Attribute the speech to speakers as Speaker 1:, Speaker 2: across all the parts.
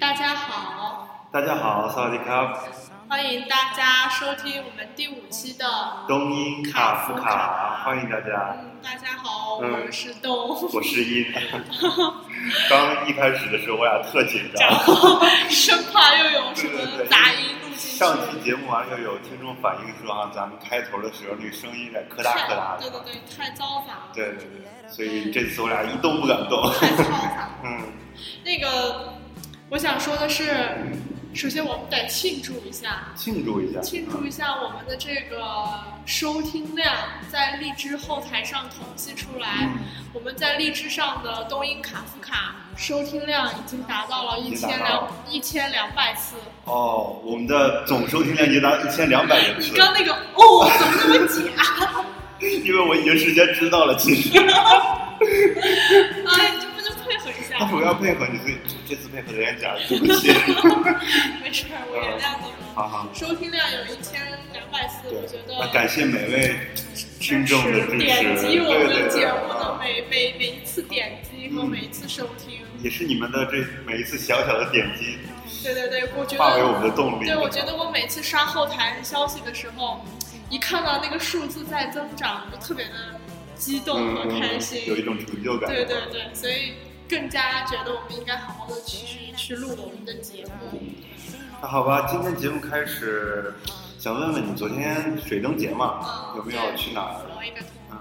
Speaker 1: 大家好，
Speaker 2: 大家好，萨瓦迪卡，
Speaker 1: 欢迎大家收听我们第五期的。
Speaker 2: 东音卡夫卡，欢迎大家，
Speaker 1: 嗯，大家好，
Speaker 2: 嗯
Speaker 1: 我是豆，
Speaker 2: 我是 音。刚一开始的时候，我俩特紧
Speaker 1: 然
Speaker 2: 张，
Speaker 1: 后生怕又有什
Speaker 2: 对对
Speaker 1: 么
Speaker 2: 对
Speaker 1: 杂音录进
Speaker 2: 上期
Speaker 1: 去。
Speaker 2: 节目完了又有听众反映说啊，咱们开头的时候那个声音有点磕哒
Speaker 1: 太
Speaker 2: 磕哒
Speaker 1: 对对
Speaker 2: 的，
Speaker 1: 对，太嘈杂了，
Speaker 2: 对对对，所以这次我俩一动不敢 动，
Speaker 1: 太嘈杂。
Speaker 2: 嗯，
Speaker 1: 那个，我想说的是，首先我们得庆祝一下，
Speaker 2: 庆祝一下，
Speaker 1: 庆祝一下我们的这个收听量在荔枝后台上统计出来，
Speaker 2: 嗯
Speaker 1: 我们在荔枝上的东音卡夫卡收听量已经达到了一
Speaker 2: 已经
Speaker 1: 千
Speaker 2: 达到
Speaker 1: 两
Speaker 2: 了
Speaker 1: 一千两百 次。
Speaker 2: 哦，我们的总收听量已经达一千两百人
Speaker 1: 你
Speaker 2: 次，
Speaker 1: 刚那个哦怎么那么假？
Speaker 2: 因为我已经事先知道了，其实
Speaker 1: 哎，你这不就配合一下
Speaker 2: 他
Speaker 1: 吗？
Speaker 2: 主要配合你，所以这次配合的有点假，对不 起，
Speaker 1: 没事儿，我原谅你了。
Speaker 2: 好好。
Speaker 1: 收听量有一千两百次，
Speaker 2: 对
Speaker 1: 我觉
Speaker 2: 那
Speaker 1: 得
Speaker 2: 感谢每位听众的支持，
Speaker 1: 点击我
Speaker 2: 对
Speaker 1: 们
Speaker 2: 对
Speaker 1: 的
Speaker 2: 对
Speaker 1: 节目的
Speaker 2: 啊
Speaker 1: 每每每一次点击和每一次收听。
Speaker 2: 也是你们的这每一次小小的点击，
Speaker 1: 对对对，我觉得
Speaker 2: 化为我们的动力。
Speaker 1: 对，我觉得我每次刷后台消息的时候，一看到那个数字在增长，我就特别的激动
Speaker 2: 嗯
Speaker 1: 和开心。
Speaker 2: 有一种成就感。
Speaker 1: 对对对，所以更加觉得我们应该好好的去去录我们的节目。
Speaker 2: 那好吧，今天节目开始，想问问你，昨天水灯节嘛，
Speaker 1: 嗯
Speaker 2: 有没有去哪儿？
Speaker 1: 我一个头
Speaker 2: 嗯，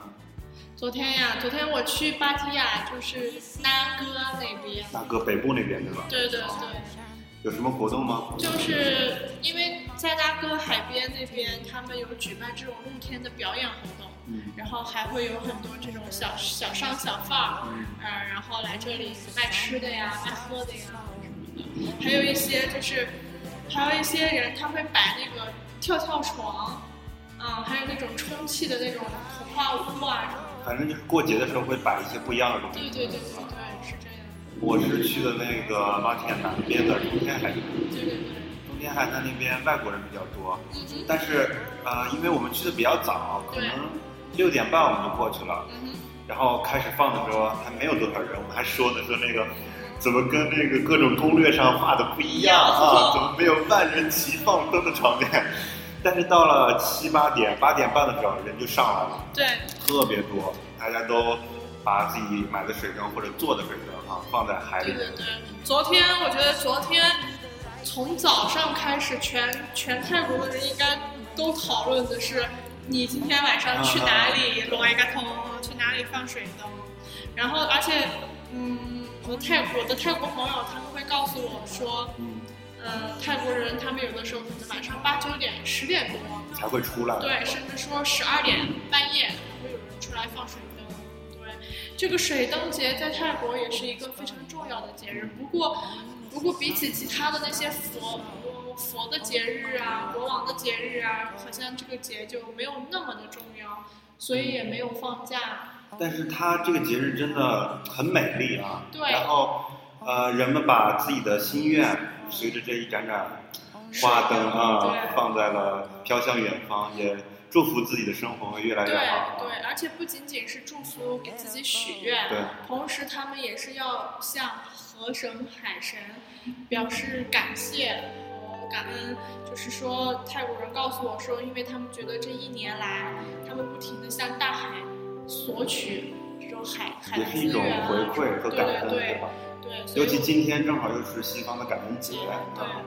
Speaker 1: 昨天呀，昨天我去芭提雅，就是那哥那边。
Speaker 2: 那个北部那边对吧？
Speaker 1: 对对对，
Speaker 2: 有什么活动吗？
Speaker 1: 就是因为在那哥海边那边，他们有举办这种露天的表演活动。
Speaker 2: 嗯
Speaker 1: 然后还会有很多这种小小商小贩儿，
Speaker 2: 嗯
Speaker 1: 嗯、然后来这里卖吃的呀、卖喝的呀什么的，还有一些就是，还有一些人他会摆那个跳跳床，嗯，还有那种充气的那种童话屋啊什么的，
Speaker 2: 反正就是过节的时候会摆一些不一样的东西。
Speaker 1: 对对对对对，是这样，
Speaker 2: 我是去的那个马铁南边的中天海滩，
Speaker 1: 对对对，
Speaker 2: 中天海滩那边外国人比较多，
Speaker 1: 嗯哼，
Speaker 2: 但是呃，因为我们去的比较早，可
Speaker 1: 对
Speaker 2: 能六点半我们就过去了。
Speaker 1: 嗯哼。
Speaker 2: 然后开始放的时候还没有多少人，我们还说呢，说那个怎么跟那个各种攻略上画的不一样啊？怎么没有万人齐放灯的场面？ 但是到了七八点、八点半的时候，人就上来了，
Speaker 1: 对，
Speaker 2: 特别多，大家都把自己买的水灯或者做的水灯啊放在海
Speaker 1: 对
Speaker 2: 里。
Speaker 1: 对对，昨天我觉得昨天从早上开始全，全泰国的人应该都讨论的是，你今天晚上去哪里罗一个通，去哪里放水灯。然后，而且，嗯，我的泰国我的泰国朋友他们会告诉我说，
Speaker 2: 嗯，
Speaker 1: 呃，泰国人他们有的时候可能晚上八九点、十点多，
Speaker 2: 才会出来。
Speaker 1: 对，甚至说十二点半夜会有人出来放水灯。对，这个水灯节在泰国也是一个非常重要的节日。不过，不过比起其他的那些佛佛的节日啊、国王的节日啊，好像这个节就没有那么的重要，所以也没有放假。
Speaker 2: 但是它这个节日真的很美丽啊。
Speaker 1: 对
Speaker 2: 然后，呃，人们把自己的心愿随着这一盏盏
Speaker 1: 哦
Speaker 2: 花灯啊，
Speaker 1: 对
Speaker 2: 放在了飘向远方，也祝福自己的生活会越来
Speaker 1: 对
Speaker 2: 越好。啊
Speaker 1: 对，而且不仅仅是祝福给自己许愿，
Speaker 2: 对
Speaker 1: 同时他们也是要向河神、海神表示感谢和感恩。就是说，泰国人告诉我说，因为他们觉得这一年来，他们不停的向大海索取这种海海
Speaker 2: 也
Speaker 1: 的
Speaker 2: 是
Speaker 1: 资
Speaker 2: 一种
Speaker 1: 源啊，
Speaker 2: 回馈和感恩，
Speaker 1: 对
Speaker 2: 对
Speaker 1: 对
Speaker 2: 吧？
Speaker 1: 对对，所
Speaker 2: 尤
Speaker 1: 以
Speaker 2: 其
Speaker 1: 我
Speaker 2: 今天正好又是西方的感恩节，
Speaker 1: 对
Speaker 2: 啊，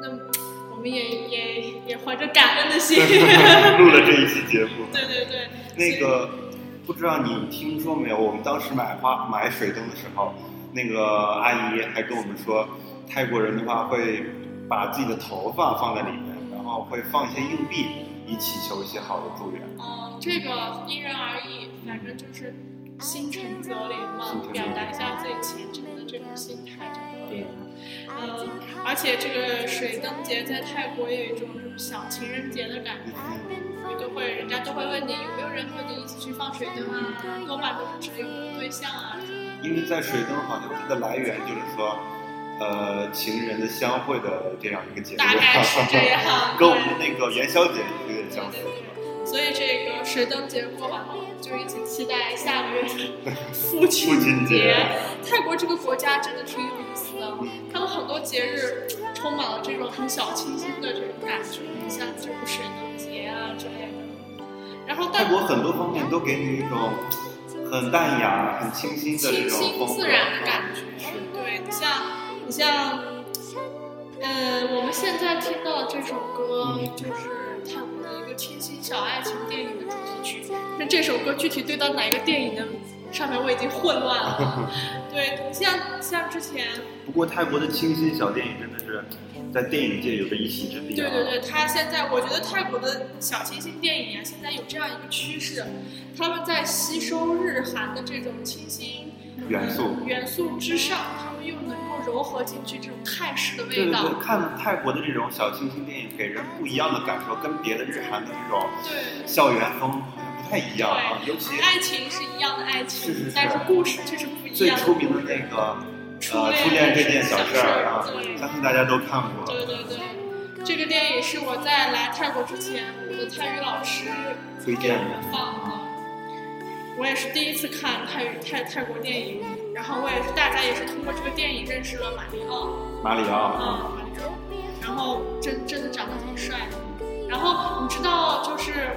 Speaker 1: 那么我们也也也怀着感恩的心，
Speaker 2: 录了这一期节目。
Speaker 1: 对对对，所
Speaker 2: 那
Speaker 1: 以
Speaker 2: 个不知道你听说没有？我们当时买花买水灯的时候，那个阿姨还跟我们说，泰国人的话会把自己的头发放在里面，然后会放一些硬币，以祈求一些好的祝愿。
Speaker 1: 嗯，这个因人而异，反正就是心诚则灵嘛
Speaker 2: 心诚则，灵
Speaker 1: 表达一下自己虔诚的这种心态就可以
Speaker 2: 对
Speaker 1: 了。嗯，而且这个水灯节在泰国也有一种这种小情人节的感觉，你都会人家都会问你有没有人和你一起去放水灯啊，多半都是指有没有对象啊什么的。
Speaker 2: 因为在水灯好像它的来源就是说，呃，情人的相会的这样一个节日，
Speaker 1: 大概是这样
Speaker 2: 跟我们的那个元宵节有点相
Speaker 1: 对
Speaker 2: 似。
Speaker 1: 对对，所以这个水灯节过完了，我们就一起期待下个月的父
Speaker 2: 父亲
Speaker 1: 节
Speaker 2: 节。
Speaker 1: 泰国这个国家真的挺有意思的，他们很多节日充满了这种很小清新的这种感觉，像就是水灯节啊之类的。然后
Speaker 2: 泰
Speaker 1: 但
Speaker 2: 国很多方面都给你一种很淡雅、很清新的
Speaker 1: 清
Speaker 2: 这种
Speaker 1: 新
Speaker 2: 风格。啊
Speaker 1: 自然的感觉，对你像你像，呃，我们现在听到的这首歌
Speaker 2: 嗯
Speaker 1: 就是泰国的一个清新小爱情电影的主题曲。那这首歌具体对到哪一个电影的上面我已经混乱了。 对，像像之前，
Speaker 2: 不过泰国的清新小电影真的是在电影界有着一席之地、
Speaker 1: 对
Speaker 2: 啊。
Speaker 1: 对对，他现在我觉得泰国的小清新电影啊，现在有这样一个趋势，他们在吸收日韩的这种清新
Speaker 2: 元素。
Speaker 1: 元素之上，他们又能够柔合进去这种泰式的
Speaker 2: 对
Speaker 1: 味
Speaker 2: 对
Speaker 1: 道
Speaker 2: 对，。看泰国的这种小清新电影，给人不一样的感受，跟别的日韩的这种
Speaker 1: 对
Speaker 2: 校园风好像不太一样啊。尤其
Speaker 1: 爱情是一样的爱情，
Speaker 2: 是是是
Speaker 1: 但是故事却是不一
Speaker 2: 最
Speaker 1: 样的。
Speaker 2: 出名的那个呃初
Speaker 1: 初恋
Speaker 2: 恋这件小事儿啊
Speaker 1: 对，
Speaker 2: 相信大家都看过。
Speaker 1: 对对对，这个电影是我在来泰国之前，我的泰语老师
Speaker 2: 推
Speaker 1: 给
Speaker 2: 荐
Speaker 1: 我
Speaker 2: 的，
Speaker 1: 放的。我也是第一次看泰语泰泰国电影，然后我也是大家也是通过这个电影认识了马里奥。
Speaker 2: 马里奥，
Speaker 1: 啊，然后真真的长得挺帅的。然后你知道，就是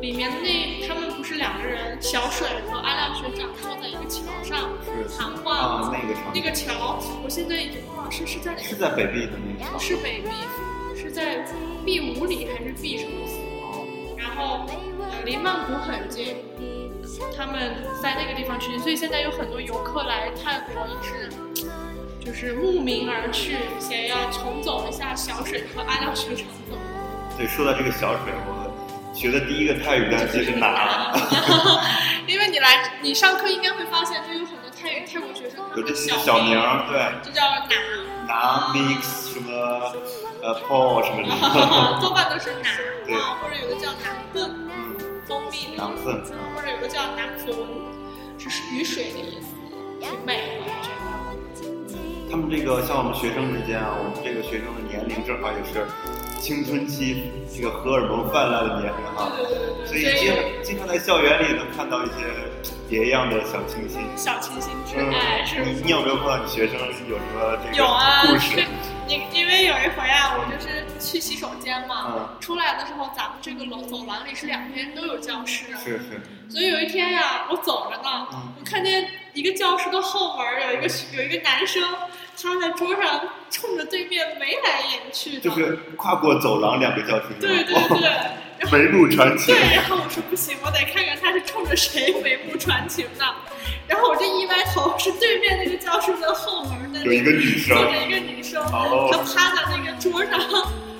Speaker 1: 里面那他们不是两个人，小水和阿亮学长坐在一个桥上
Speaker 2: 是
Speaker 1: 谈话，
Speaker 2: 啊，那个场
Speaker 1: 嗯那
Speaker 2: 景
Speaker 1: 个桥，我现在已经忘了是是在哪
Speaker 2: 是
Speaker 1: 个，
Speaker 2: 在北壁的那个
Speaker 1: 不
Speaker 2: 场景。
Speaker 1: 是北壁，是在壁五里还是壁什么府？然后呃离曼谷很近，他们在那个地方取景，所以现在有很多游客来泰国也是，就是慕名而去，想要重走一下小水和阿廖水长走。
Speaker 2: 对，说到这个小水，我学的第一个泰语单词是 拿，啊
Speaker 1: 因为你来，你上课应该会发现，就有很多泰语泰国学生，他
Speaker 2: 有
Speaker 1: 们
Speaker 2: 这
Speaker 1: 的
Speaker 2: 些小名
Speaker 1: 名
Speaker 2: 儿，对，
Speaker 1: 就叫拿，
Speaker 2: 拿 mix 什么呃 paul 什么
Speaker 1: 然后
Speaker 2: 的，
Speaker 1: 多半都是拿
Speaker 2: 对
Speaker 1: 啊，或者有的叫拿棍，
Speaker 2: 嗯，
Speaker 1: 蜂蜜的
Speaker 2: 拿
Speaker 1: 意思，
Speaker 2: 份，
Speaker 1: 或者有的叫拿粉，是雨水的意思，挺美的，我觉得。
Speaker 2: 他们这个像我们学生之间啊，我们这个学生的年龄正好也是青春期这个荷尔蒙泛滥的年龄哈、
Speaker 1: 对对对
Speaker 2: 所以
Speaker 1: 对
Speaker 2: 经
Speaker 1: 对，
Speaker 2: 经常在校园里能看到一些别样的小清新。
Speaker 1: 小清新之
Speaker 2: 嗯
Speaker 1: 爱是，
Speaker 2: 你你有没有碰到你学生有什么这
Speaker 1: 有啊
Speaker 2: 个 故事？。
Speaker 1: 你因为有一回啊，我就是去洗手间嘛
Speaker 2: 嗯，
Speaker 1: 出来的时候咱们这个楼走廊里是两边都有教室，
Speaker 2: 是是，
Speaker 1: 所以有一天呀、我走着呢，
Speaker 2: 嗯
Speaker 1: 我看见一个教室的后门儿有一个有一个男生，他在桌上冲着对面眉来眼去的，
Speaker 2: 就是跨过走廊两个教室，
Speaker 1: 对对
Speaker 2: 哦
Speaker 1: 对，
Speaker 2: 围路传奇
Speaker 1: 对，，然后我说不行，我得看看他是冲着谁眉目传情的。然后我这一歪头，是对面那个教室的后门的
Speaker 2: 有一个女生
Speaker 1: 坐着一个女生，她
Speaker 2: 哦，
Speaker 1: 趴在那个桌上，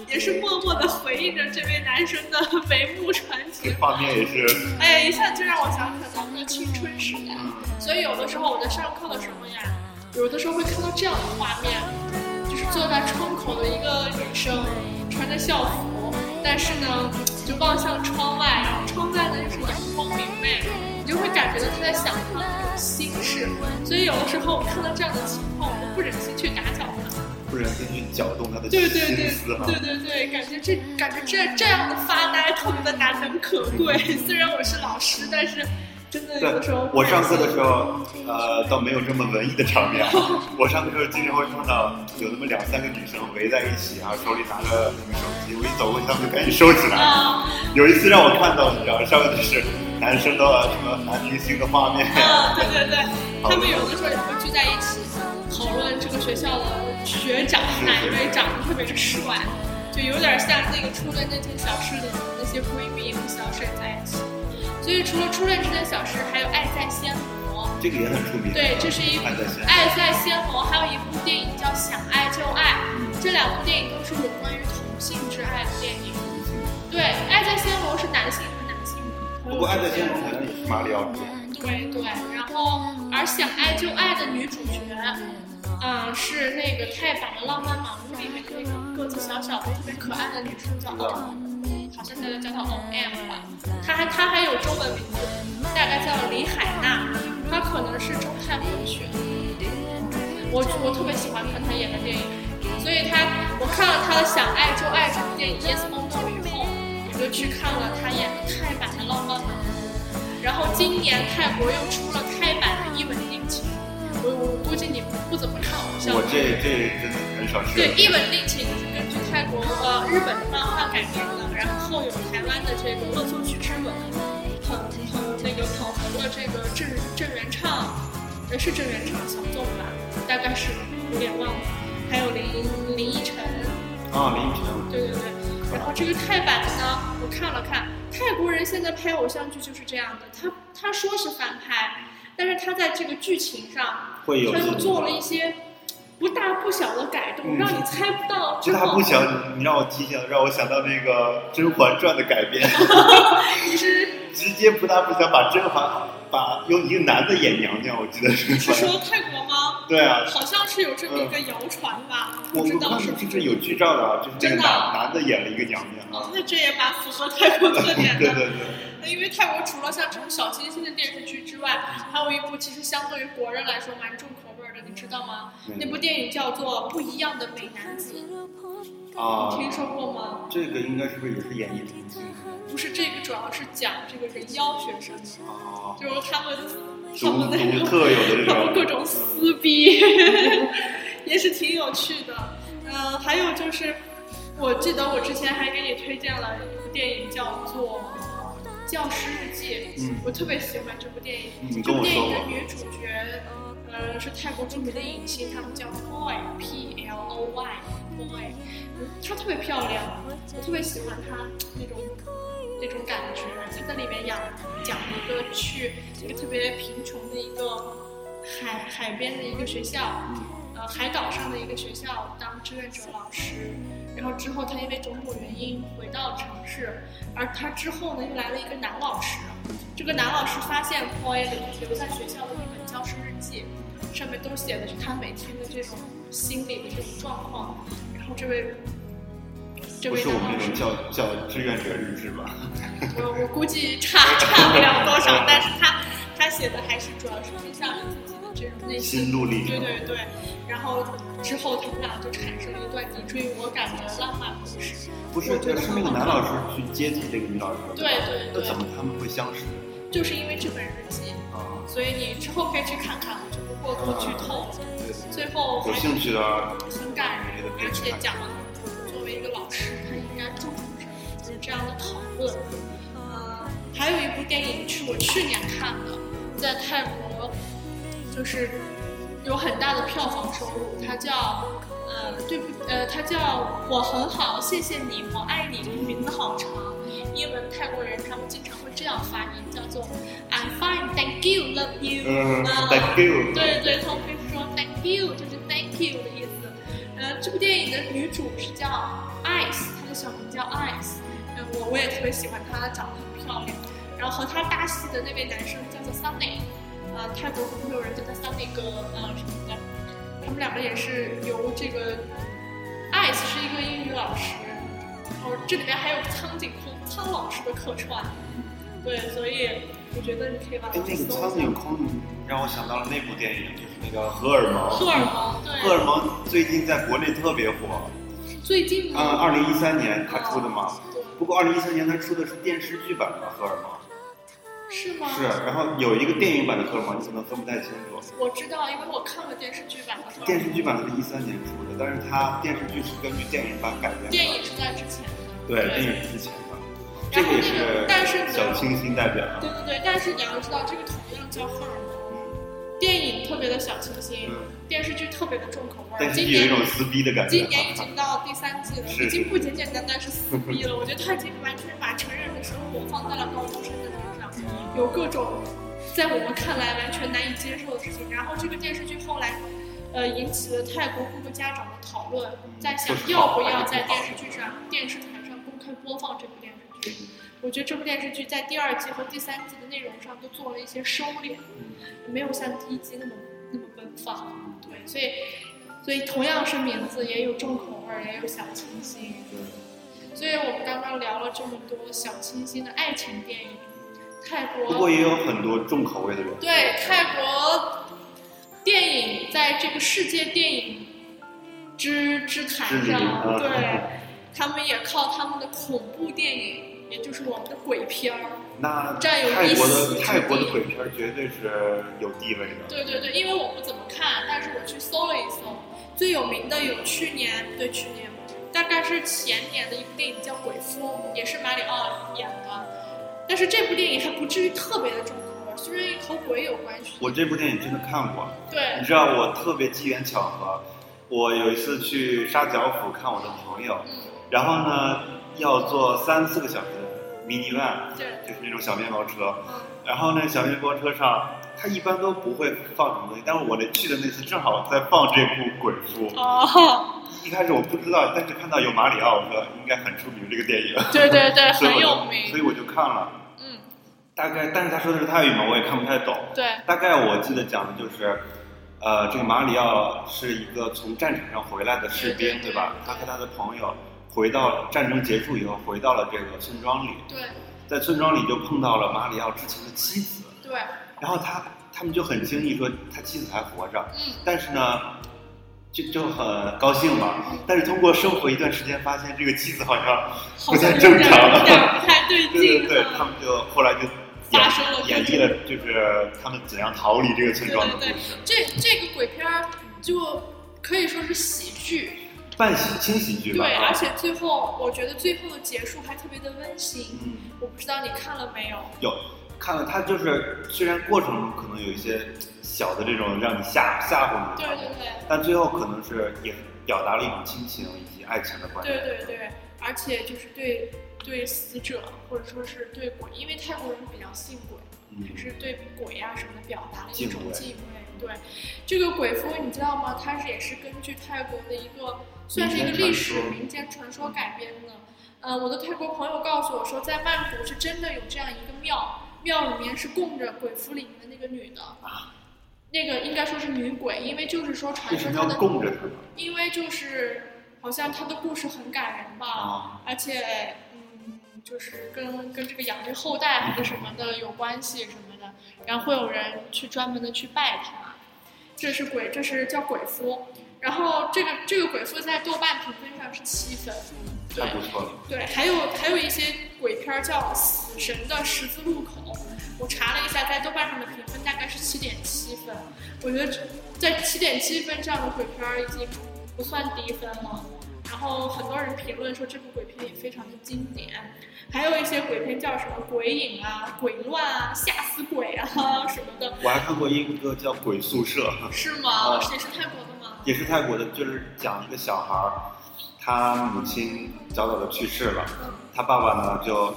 Speaker 1: 也是默默的回应着这位男生的 眉目传
Speaker 2: 这
Speaker 1: 情。
Speaker 2: 画面也是，
Speaker 1: 哎呀，一下就让我想起了咱们的青春时代。
Speaker 2: 嗯，
Speaker 1: 所以有的时候我在上课的时候呀，有的时候会看到这样的画面，就是坐在窗口的一个女生，穿着校服，但是呢就望向窗外，然后窗外呢又是阳光明媚，你就会感觉到她在想她的心事。所以有的时候我看到这样的情况，我不忍心去打搅她。
Speaker 2: 不忍心去搅动他的
Speaker 1: 对对
Speaker 2: 心
Speaker 1: 对
Speaker 2: 思哈。
Speaker 1: 对对对，感觉这感觉这这样的发呆特别的难能可贵。 虽然我是老师，但是真的 有的时候
Speaker 2: 我上课的时候，呃，倒没有这么文艺的场面。啊我上课的时候经常会碰到有那么两三个女生围在一起啊，手里拿着那个手机，我一走过去，他们就赶紧收起来。
Speaker 1: 啊。
Speaker 2: 有一次让我看到，你知道，上面就是男生的什么男明星的画面，
Speaker 1: 啊，对对对，他们有的时候也会聚在一起讨论这个学校的学长哪一位长得特别的帅，就有点像那个初恋那件小事里的那些闺蜜和小水在一起。所以除了初恋这件小事，还有爱在暹罗。
Speaker 2: 这个也很出名。
Speaker 1: 对，这是一部
Speaker 2: 爱在
Speaker 1: 《
Speaker 2: 线。
Speaker 1: 爱在暹罗》，还有一部电影叫《想爱就爱》，这两部电影都是有关于同性之爱的电影。对，《爱在暹罗》是男性和男性的。
Speaker 2: 不过爱在暹罗好像也是马里奥主演。
Speaker 1: 对对，然后而想爱就爱的女主角，嗯、是那个泰版的《浪漫满屋》里面的那个个子小小的、特别可爱的女生叫奥，好像大家叫她 O M 吧。她还她还有中文名字，大概叫李海娜，她可能是中泰混血。我我特别喜欢看她演的电影，所以她我看了她的《想爱就爱》这部电影《Yes or No》以后，我就去看了她演的泰版的《浪漫满屋》。然后今年泰国又出了泰版的《一吻定情》，我我估计你不怎么看偶像
Speaker 2: 我
Speaker 1: 剧。
Speaker 2: 这这真的很少涉
Speaker 1: 对，一
Speaker 2: 猎。
Speaker 1: 本立起就是根据泰国呃日本的漫画改编的，然后有台湾的这个《恶作剧之吻》，捧捧那个捧红了这个郑郑元畅，呃是郑元畅小纵吧，大概是有点忘了，还有林林依晨，
Speaker 2: 啊，林依晨，
Speaker 1: 对对对。然后这个泰版的呢，我看了看，泰国人现在拍偶像剧就是这样的，他他说是翻拍，但是他在这个剧情上
Speaker 2: 会有
Speaker 1: 他
Speaker 2: 自己
Speaker 1: 又
Speaker 2: 的
Speaker 1: 做了一些不大不小的改动，
Speaker 2: 嗯
Speaker 1: 让你猜不到之
Speaker 2: 这
Speaker 1: 后。
Speaker 2: 他不想，你让我提醒，让我想到那个《甄嬛传》的改 编，
Speaker 1: 你是
Speaker 2: 直接不大不小把甄嬛把用一个男的演娘娘，我记得是
Speaker 1: 你。是说泰国吗？
Speaker 2: 对啊，
Speaker 1: 好像是有这么一个谣传吧，
Speaker 2: 我
Speaker 1: 不知
Speaker 2: 们
Speaker 1: 道
Speaker 2: 看
Speaker 1: 是
Speaker 2: 是
Speaker 1: 不
Speaker 2: 就
Speaker 1: 是。
Speaker 2: 是有剧照的啊，就是这个
Speaker 1: 真的啊
Speaker 2: 男男的演了一个娘娘
Speaker 1: 哦
Speaker 2: 啊。，
Speaker 1: 那这也蛮符合泰国特
Speaker 2: 对
Speaker 1: 点
Speaker 2: 对
Speaker 1: 的。
Speaker 2: 对，
Speaker 1: 那因为泰国除了像这种小清新的电视剧之外，还有一部其实相对于国人来说蛮重口味儿的，你知道吗？
Speaker 2: 嗯
Speaker 1: 那部电影叫做《不一样的美男子》，
Speaker 2: 啊，
Speaker 1: 听说过吗？
Speaker 2: 这个应该是不是也是演艺明星
Speaker 1: 不是这个，主要是讲这个人妖学生的。
Speaker 2: 啊？
Speaker 1: 就是他们他
Speaker 2: 独
Speaker 1: 们那
Speaker 2: 独
Speaker 1: 种
Speaker 2: 特有的这
Speaker 1: 他们各
Speaker 2: 种
Speaker 1: 种撕逼， 也是挺有趣的。嗯、还有就是，我记得我之前还给你推荐了一部电影，叫做《教师日记》。
Speaker 2: 嗯
Speaker 1: 我特别喜欢这部电影。
Speaker 2: 你
Speaker 1: 这
Speaker 2: 跟
Speaker 1: 部
Speaker 2: 我
Speaker 1: 电
Speaker 2: 说
Speaker 1: 影的
Speaker 2: 过
Speaker 1: 女主角，呃，是泰国著名的影星，她们叫 Ploy，P L O Y，Ploy。她特别漂亮，我特别喜欢她那种那种感觉。她在里面讲讲一个去一个特别贫穷的一个海海边的一个学校，呃，海岛上的一个学校当志愿者老师。然后之后，她因为种种原因回到城市，而她之后呢，又来了一个男老师。这个男老师发现 Ploy 留留在学校的一本教师日记，上面都写的是他每天的这种心理的这种状况。然后这位这
Speaker 2: 不
Speaker 1: 位
Speaker 2: 是
Speaker 1: 男
Speaker 2: 我们
Speaker 1: 老
Speaker 2: 那
Speaker 1: 师
Speaker 2: 种，叫叫志愿者日志吧？
Speaker 1: 我我估计差差不了多少，但是他他写的还是主要是偏向于自己的这种内心
Speaker 2: 心路历
Speaker 1: 对
Speaker 2: 程。
Speaker 1: 对对，然后之后他们俩就产生了一段你追我赶的浪漫故事。
Speaker 2: 不是，是那个男老师去接近这个女老师。
Speaker 1: 对对
Speaker 2: 那怎么
Speaker 1: 对，
Speaker 2: 他们会相识
Speaker 1: 就是因为这本日记，
Speaker 2: 啊？
Speaker 1: 所以你之后可以去看看，我就不过多剧透了。
Speaker 2: 对对
Speaker 1: 最后
Speaker 2: 有
Speaker 1: 还
Speaker 2: 兴趣的啊，
Speaker 1: 很感人，而且讲了作为一个老师，他应该注重什么，就是这样的讨论。呃，还有一部电影是我去年看的，在泰国就是有很大的票房收入，它叫呃对不呃它叫我很好，谢谢你，我爱你，名字好长。英文泰国人他们经常会这样发音，叫做 I'm fine, thank you, love you。
Speaker 2: 嗯
Speaker 1: 啊
Speaker 2: ，Thank you。
Speaker 1: 对对，他们会说 thank you，就是 thank you 的意思。呃，这部电影的女主是叫 Ice，她的小名叫 Ice。呃，我我也特别喜欢她，长得很漂亮。然后和她搭戏的那位男生叫做 Sunny，呃，泰国可能有人叫他 Sunny 哥，呃什么的。他们两个也是由这个 Ice 是一个英语老师，然后这里面还有苍井空苍老师的客串。对，所以我觉得你可以把它
Speaker 2: 哎，
Speaker 1: 们
Speaker 2: 那个
Speaker 1: 搜
Speaker 2: 苍
Speaker 1: 一下
Speaker 2: 井。空让我想到了那部电影，就是那个荷尔蒙。
Speaker 1: 荷尔蒙，对，
Speaker 2: 荷尔蒙最近在国内特别火，
Speaker 1: 最近
Speaker 2: 嗯，
Speaker 1: 吗？
Speaker 2: 二零一三年他出的嘛。
Speaker 1: 对
Speaker 2: 不过二零一三年他出的是电视剧版的荷尔蒙，
Speaker 1: 是吗？
Speaker 2: 是，然后有一个电影版的荷尔蒙，你可能分不太清楚。
Speaker 1: 我知道，因为我看过电视剧版的荷尔蒙。
Speaker 2: 电视剧版的是一三年出的，但是它电视剧是根据电影版改编的。
Speaker 1: 电影是在之前的。
Speaker 2: 对，
Speaker 1: 对
Speaker 2: 电影之前的，这
Speaker 1: 然后
Speaker 2: 个也
Speaker 1: 那个，但是
Speaker 2: 是小清新代表。
Speaker 1: 对对对，但是你要知道，这个同样叫荷尔蒙，
Speaker 2: 嗯
Speaker 1: 电影特别的小清新，
Speaker 2: 嗯，
Speaker 1: 电视剧特别的重口味
Speaker 2: 但
Speaker 1: 儿。
Speaker 2: 是
Speaker 1: 今
Speaker 2: 有一
Speaker 1: 年
Speaker 2: 种撕逼的感觉。
Speaker 1: 今年已经到第三季了，
Speaker 2: 是
Speaker 1: 已经不简简单单是撕逼了。我觉得他已经完全把成人的生活放在了高中生的身上，有各种在我们看来完全难以接受的事情。然后这个电视剧后来，呃，引起了泰国各个家长的讨论，在想
Speaker 2: 说是
Speaker 1: 要
Speaker 2: 好
Speaker 1: 不要
Speaker 2: 还是
Speaker 1: 在
Speaker 2: 不好
Speaker 1: 电视剧上、电视台上公开播放这部电视
Speaker 2: 嗯
Speaker 1: 剧。我觉得这部电视剧在第二季和第三季的内容上都做了一些收敛，没有像第一季那么那么奔放。对，所以所以同样是名字，也有重口味儿，也有小清新。所以我们刚刚聊了这么多小清新的爱情电影，泰
Speaker 2: 不过
Speaker 1: 国
Speaker 2: 也有很多重口味的人。
Speaker 1: 对泰国电影在这个世界电影之之坛
Speaker 2: 之林
Speaker 1: 上，
Speaker 2: 啊
Speaker 1: 对他们也靠他们的恐怖电影，也就是我们的鬼片儿，
Speaker 2: 那
Speaker 1: 占有
Speaker 2: 泰
Speaker 1: 一
Speaker 2: 国
Speaker 1: 席
Speaker 2: 的
Speaker 1: 之
Speaker 2: 泰国的
Speaker 1: 地
Speaker 2: 鬼片儿绝对是有地位的。
Speaker 1: 对对对，因为我不怎么看，但是我去搜了一搜，最有名的有去年，对去年，大概是前年的一部电影叫《鬼夫》，也是马里奥演的，但是这部电影还不至于特别的重口味，虽然和鬼有关系。
Speaker 2: 我这部电影真的看过，
Speaker 1: 对
Speaker 2: 你，知道我特别机缘巧合，我有一次去沙角府看我的朋友，
Speaker 1: 嗯，
Speaker 2: 然后呢要坐三四个小时的 mini van，
Speaker 1: 对，
Speaker 2: 就是那种小面包车，
Speaker 1: 嗯，
Speaker 2: 然后呢小面包车上它一般都不会放什么东西，但是我那去的那次正好在放这部《鬼父》，
Speaker 1: 哦，
Speaker 2: 一开始我不知道，但是看到有马里奥，我说应该很出名这个电影，
Speaker 1: 对对对，
Speaker 2: 所以
Speaker 1: 很
Speaker 2: 我
Speaker 1: 有
Speaker 2: 就所
Speaker 1: 名，
Speaker 2: 以我就看了，
Speaker 1: 嗯，
Speaker 2: 大概但是他说的是泰语嘛，我也看不太懂。
Speaker 1: 对，
Speaker 2: 大概我记得讲的就是，呃，这个马里奥是一个从战场上回来的士
Speaker 1: 对
Speaker 2: 兵，
Speaker 1: 对
Speaker 2: 对吧？他和他的朋友回到战争结束以后，回到了这个村庄里，
Speaker 1: 对
Speaker 2: 在村庄里就碰到了马里奥之前的妻子，
Speaker 1: 对，
Speaker 2: 然后他他们就很惊异说他妻子还活着，
Speaker 1: 嗯，
Speaker 2: 但是呢。就就很高兴嘛，但是通过生活一段时间，发现这个妻子好像
Speaker 1: 好
Speaker 2: 不
Speaker 1: 像
Speaker 2: 太
Speaker 1: 有
Speaker 2: 正
Speaker 1: 点
Speaker 2: 常
Speaker 1: 有点不太对
Speaker 2: 对对
Speaker 1: 劲，
Speaker 2: 对，他
Speaker 1: 嗯
Speaker 2: 们就后来就
Speaker 1: 发生了
Speaker 2: 演演绎了就是他们怎样逃离这个村庄的故
Speaker 1: 对对
Speaker 2: 事。
Speaker 1: 这这个鬼片儿就可以说是喜剧，
Speaker 2: 半喜轻喜剧吧。
Speaker 1: 对，
Speaker 2: 啊
Speaker 1: 而且最后我觉得最后的结束还特别的温馨。
Speaker 2: 嗯，
Speaker 1: 我不知道你看了没有？
Speaker 2: 有看了它就是虽然过程中可能有一些小的这种让你吓吓唬你
Speaker 1: 对
Speaker 2: 的
Speaker 1: 对
Speaker 2: 东西，
Speaker 1: 对
Speaker 2: 但最后可能是也表达了一种亲情以及爱情的观点。
Speaker 1: 对对对，而且就是对对死者或者说是对鬼，因为泰国人比较信鬼，还
Speaker 2: 嗯，
Speaker 1: 是对鬼呀、什么的表达了一种
Speaker 2: 敬
Speaker 1: 敬畏。对，这个鬼夫你知道吗？它是也是根据泰国的一个算是一个历史民
Speaker 2: 民
Speaker 1: 间传说改编的。呃，我的泰国朋友告诉我说，在曼谷是真的有这样一个庙，庙里面是供着鬼夫里面的那个女的，
Speaker 2: 啊
Speaker 1: 那个应该说是女鬼，因为就是说传
Speaker 2: 为
Speaker 1: 说
Speaker 2: 什么
Speaker 1: 她
Speaker 2: 要
Speaker 1: 的，
Speaker 2: 供着他们
Speaker 1: 因为就是好像她的故事很感人吧。
Speaker 2: 啊？
Speaker 1: 而且，嗯，就是跟跟这个养育后代还是什么的有关系什么的，然后会有人去专门的去拜他，这是鬼，这是叫鬼夫。然后这个这个鬼夫在豆瓣评分上是七分，对
Speaker 2: 太不错了。
Speaker 1: 对，还有还有一些鬼片儿叫《死神的十字路口》，我查了一下，在豆瓣上的评分大概是七点七分，我觉得这在七点七分这样的鬼片儿已经不算低分了。然后很多人评论说这部鬼片也非常的经典，还有一些鬼片叫什么鬼影啊、鬼乱啊、吓死鬼啊 什么的，
Speaker 2: 我还看过一个叫《鬼宿舍》，
Speaker 1: 是吗？
Speaker 2: 啊
Speaker 1: 也是泰国的吗？
Speaker 2: 也是泰国的，就是讲一个小孩儿，他母亲早早的去世了，
Speaker 1: 嗯，
Speaker 2: 他爸爸呢就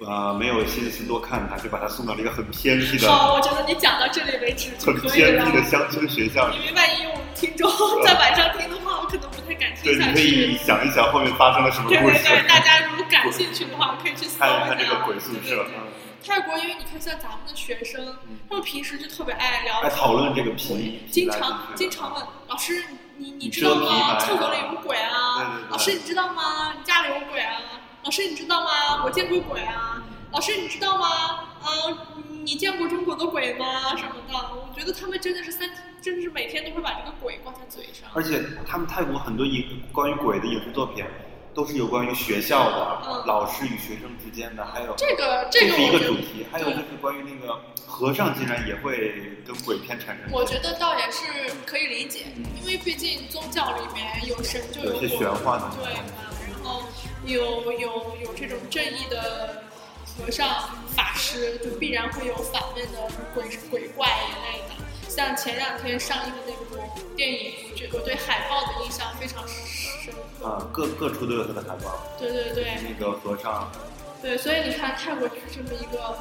Speaker 2: 呃没有心思多看他，就把他送到了一个很偏僻的、
Speaker 1: 好，我觉得你讲到这里为止就
Speaker 2: 很
Speaker 1: 可以啊
Speaker 2: 偏
Speaker 1: 了
Speaker 2: 僻。的乡村学校里。
Speaker 1: 因为万一我们听众在晚上听的话，我可能不太敢
Speaker 2: 对，
Speaker 1: 听
Speaker 2: 你
Speaker 1: 下
Speaker 2: 可以
Speaker 1: 去。
Speaker 2: 想一想后面发生了什么
Speaker 1: 对
Speaker 2: 故
Speaker 1: 对对，
Speaker 2: 事，
Speaker 1: 大家如果感兴趣的话，可以去搜一
Speaker 2: 看
Speaker 1: 下。
Speaker 2: 一看这个鬼宿舍嗯
Speaker 1: 对对，对泰国，因为你看像咱们的学生，他们平时就特别爱聊
Speaker 2: 来，讨论这个皮，
Speaker 1: 经
Speaker 2: 皮来
Speaker 1: 常
Speaker 2: 皮去
Speaker 1: 经常问老师，你你
Speaker 2: 啊你
Speaker 1: 知道
Speaker 2: 遮蔽
Speaker 1: 吗？
Speaker 2: 吧
Speaker 1: 厕所里有鬼
Speaker 2: 对
Speaker 1: 啊
Speaker 2: 对！对
Speaker 1: 老师你知道吗？你家里有鬼啊！老师你知道吗？我见过鬼啊！老师你知道吗？嗯、你见过中国的鬼吗？什么的，我觉得他们真的是三，真的是每天都会把这个鬼挂在嘴上。
Speaker 2: 而且他们泰国很多影关于鬼的影视作品，都是有关于学校的、
Speaker 1: 嗯
Speaker 2: 老师与学生之间的，还有
Speaker 1: 这个这个
Speaker 2: 是一
Speaker 1: 我
Speaker 2: 个
Speaker 1: 觉
Speaker 2: 主
Speaker 1: 得，
Speaker 2: 题，还有就是关于那个和尚，竟然也会跟鬼片产生
Speaker 1: 我觉得倒也是可以理解，因为毕竟宗教里面有神就
Speaker 2: 有
Speaker 1: 有
Speaker 2: 些
Speaker 1: 鬼，
Speaker 2: 玄幻的
Speaker 1: 对嘛，然后有有有这种正义的和尚法师，就必然会有反面的鬼鬼怪一类的。像前两天上映的那部电影，我觉我对海报的印象非常深刻。
Speaker 2: 啊，各各处都有他的海报，
Speaker 1: 对对对
Speaker 2: 那个和尚
Speaker 1: 对，所以你看泰国就是这么一个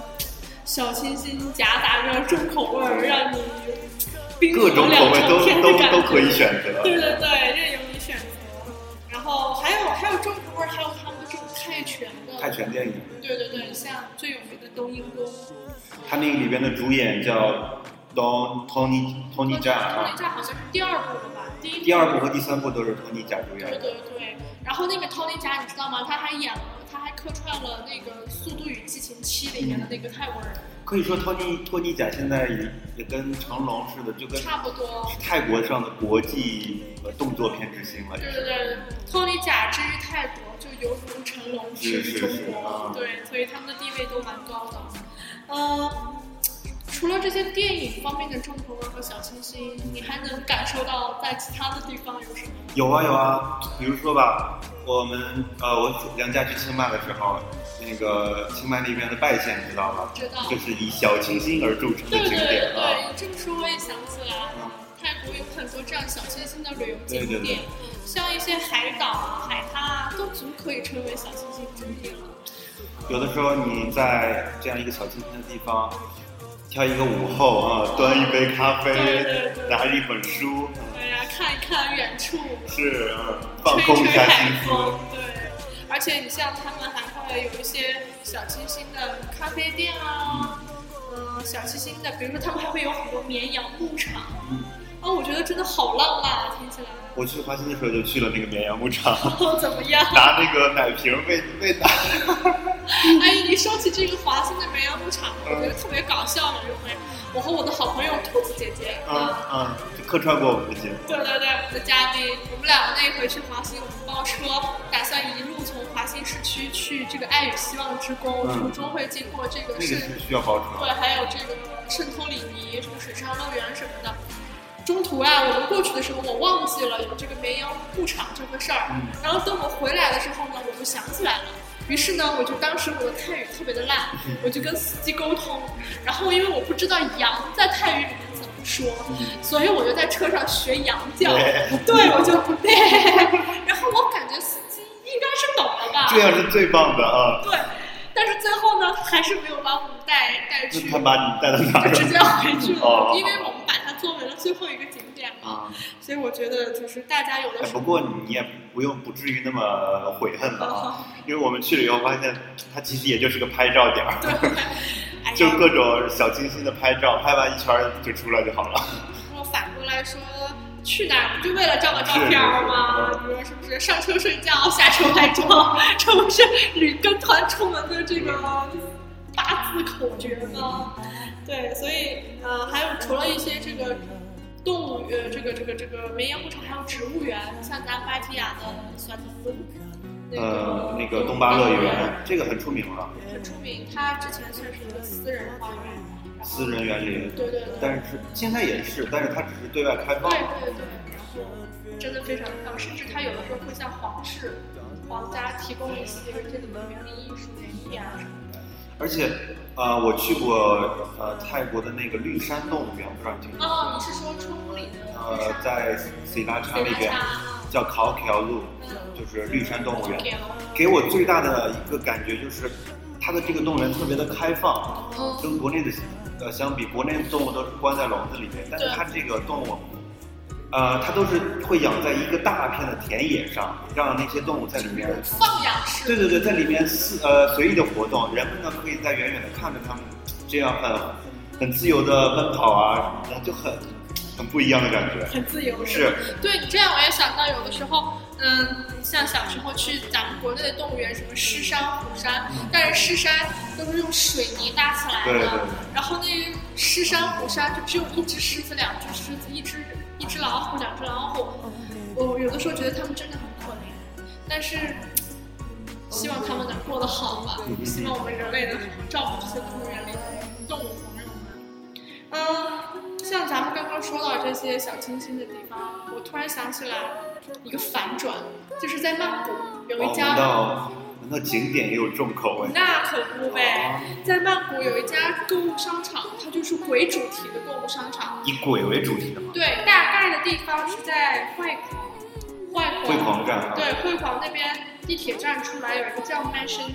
Speaker 1: 小清新夹杂着重口味儿，让你冰
Speaker 2: 各种口味都
Speaker 1: 火两重天的
Speaker 2: 都
Speaker 1: 感觉
Speaker 2: 都可以选择。
Speaker 1: 对对对，任由你选择。然后还有还有重口味儿，还有他们这种泰拳的，
Speaker 2: 泰拳电影，
Speaker 1: 对对对，像最有名的冬阴功，
Speaker 2: 他那个里边的主演叫 Don Tony Tony
Speaker 1: 战
Speaker 2: Jaa 啊，
Speaker 1: 好像是第二部了吧？第一部
Speaker 2: 第二部和第三部都是 Tony Jaa 主演
Speaker 1: 对
Speaker 2: 的。
Speaker 1: 对对，然后那个 Tony 贾你知道吗？他还演了，他还客串了那个《速度与激情七》里面的那个泰国人，
Speaker 2: 可以说 Tony Tony Jaa 现在也也跟成龙似的，就跟
Speaker 1: 差不多。
Speaker 2: 泰国上的国际呃动作片之星了。
Speaker 1: 对对对，Tony 贾之于泰国就犹如成龙是
Speaker 2: 是
Speaker 1: 中
Speaker 2: 是
Speaker 1: 国，
Speaker 2: 啊
Speaker 1: 对，所以他们的地位都蛮高的。呃，除了这些电影方面的重口味和小清新，你还能感受到在其他的地方有什么？
Speaker 2: 有啊有啊，比如说吧，我们呃，我娘家去清迈的时候，那个清迈那边的拜县知道吗？
Speaker 1: 知道
Speaker 2: 就是以小清新而著称的
Speaker 1: 对对
Speaker 2: 景点
Speaker 1: 对
Speaker 2: 啊
Speaker 1: 对，。你这么说我也想起来了，泰国有很多这样小清新的旅游景
Speaker 2: 对对对
Speaker 1: 点，像一些海岛啊、海滩啊，都足可以称为小清新景点了。
Speaker 2: 有的时候你在这样一个小清新的地方，挑一个午后啊，端一杯咖啡
Speaker 1: 对对对，
Speaker 2: 拿一本书，
Speaker 1: 对呀、看一看远处，
Speaker 2: 是嗯，放
Speaker 1: 吹
Speaker 2: 空一
Speaker 1: 吹
Speaker 2: 下
Speaker 1: 海
Speaker 2: 心
Speaker 1: 风
Speaker 2: 思。，
Speaker 1: 对。而且你像他们还会有一些小清新的咖啡店啊，嗯、小清新的，比如说他们还会有很多绵羊牧场，
Speaker 2: 嗯
Speaker 1: 啊，我觉得真的好浪漫啊，听起来。哦
Speaker 2: 我去华欣的时候就去了那个绵羊牧场，
Speaker 1: 怎么样？
Speaker 2: 拿那个奶瓶喂喂奶。
Speaker 1: 哎，你说起这个华兴的绵羊牧场，我觉得特别搞笑。有一回，我和我的好朋友兔子姐姐，
Speaker 2: 嗯
Speaker 1: 啊，
Speaker 2: 嗯，就客串过我们的节目。
Speaker 1: 对对对，我们的嘉宾，我们俩那一回去华兴，我们包车，打算一路从华兴市区去这个爱与希望之宫，
Speaker 2: 嗯
Speaker 1: 途中会经过这个
Speaker 2: 那个
Speaker 1: 圣，
Speaker 2: 是需要包车
Speaker 1: 对，。还有这个圣托里尼什么水上乐园什么的。中途啊，我们过去的时候，我忘记了有这个绵羊牧场这个事儿。
Speaker 2: 嗯
Speaker 1: 然后等我回来的时候呢，我就想起来了。于是呢，我就当时我的泰语特别的烂，
Speaker 2: 嗯
Speaker 1: 我就跟司机沟通。然后因为我不知道羊在泰语里面怎么说，所以我就在车上学羊叫。
Speaker 2: 嗯对
Speaker 1: 对，我就不对。 然后我感觉司机应该是懂了吧？
Speaker 2: 这样是最棒的啊！
Speaker 1: 对。但是最后呢，他还是没有把我们带带
Speaker 2: 那
Speaker 1: 去，
Speaker 2: 他把你带到哪 儿
Speaker 1: 就直接
Speaker 2: 了？
Speaker 1: 回去
Speaker 2: 哦
Speaker 1: 了，因为我们把它作为了最后一个景点嘛。
Speaker 2: 啊，
Speaker 1: 所以我觉得就是大家有的
Speaker 2: 哎
Speaker 1: 时
Speaker 2: 不
Speaker 1: 候，
Speaker 2: 过你也不用不至于那么悔恨了啊
Speaker 1: 啊，
Speaker 2: 因为我们去了以后发现，它其实也就是个拍照点儿，
Speaker 1: 对，哎呀，
Speaker 2: 就各种小清新的拍照，拍完一圈儿就出来就好了。
Speaker 1: 然后反过来说，去哪儿不就为了照个照片儿吗？
Speaker 2: 是是是
Speaker 1: 你说是不是？上车睡觉， 下车拍照，这不是旅跟团出门的这个八字口诀吗？对，所以呃，还有除了一些这个动物呃，这个这个这个绵羊牧场，还有植物园，像咱芭提雅的酸藤路，那个、
Speaker 2: 呃，那个东巴乐园这个很出名了，
Speaker 1: 很出名，它之前算是一个私人花园，然后
Speaker 2: 私人园林，
Speaker 1: 对对对，
Speaker 2: 但是现在也是，但是它只是对外开放
Speaker 1: 对。对对，然后真的非常漂亮，甚至它有的时候会向皇室、皇家提供一些这种园林艺术园艺啊什么的。
Speaker 2: 而且，呃，我去过呃泰国的那个绿山动物园，不知道你听说过
Speaker 1: 哦，
Speaker 2: 没
Speaker 1: 你？是说冲里的？
Speaker 2: 呃，在西
Speaker 1: 沙
Speaker 2: 拉差那边叫考条路，就是绿山动物园。
Speaker 1: 嗯哦
Speaker 2: 给我最大的一个感觉就是，它的这个动物园特别的开放，
Speaker 1: 嗯，
Speaker 2: 跟国内的呃相比，国内的动物都是关在笼子里面，但是
Speaker 1: 对
Speaker 2: 它这个动物，呃，它都是会养在一个大片的田野上，让那些动物在里面，
Speaker 1: 放养式。
Speaker 2: 对对对，在里面肆呃随意的活动，人们呢可以在远远的看着它们这样很很自由的奔跑啊什么的，就很很不一样的感觉。
Speaker 1: 很自由
Speaker 2: 是
Speaker 1: 吧对你这样我也想到，有的时候，嗯，像小时候去咱们国内的动物园，什么狮山、虎山，但是狮山都是用水泥搭起来的，
Speaker 2: 嗯对对对
Speaker 1: 然后那狮山、虎山就只有一只狮子、两只狮子、一只一只老虎、两只老虎，我有的时候觉得他们真的很可怜，但是。希望他们能过得好吧，
Speaker 2: 嗯
Speaker 1: 希望我们人类能好好照顾这些动物园里的动物朋友们。嗯，像咱们刚刚说到这些小清新的地方，我突然想起来一个反转，就是在曼谷有一
Speaker 2: 哦，
Speaker 1: 家，
Speaker 2: 难道难道景点也有重口味？
Speaker 1: 那可不呗，
Speaker 2: 哦
Speaker 1: 在曼谷有一家购物商场，它就是鬼主题的购物商场。
Speaker 2: 以鬼为主题的吗？
Speaker 1: 对，大概的地方是在惠狂，
Speaker 2: 会狂战啊！
Speaker 1: 对，惠狂那边地铁站出来有一个叫 Mansion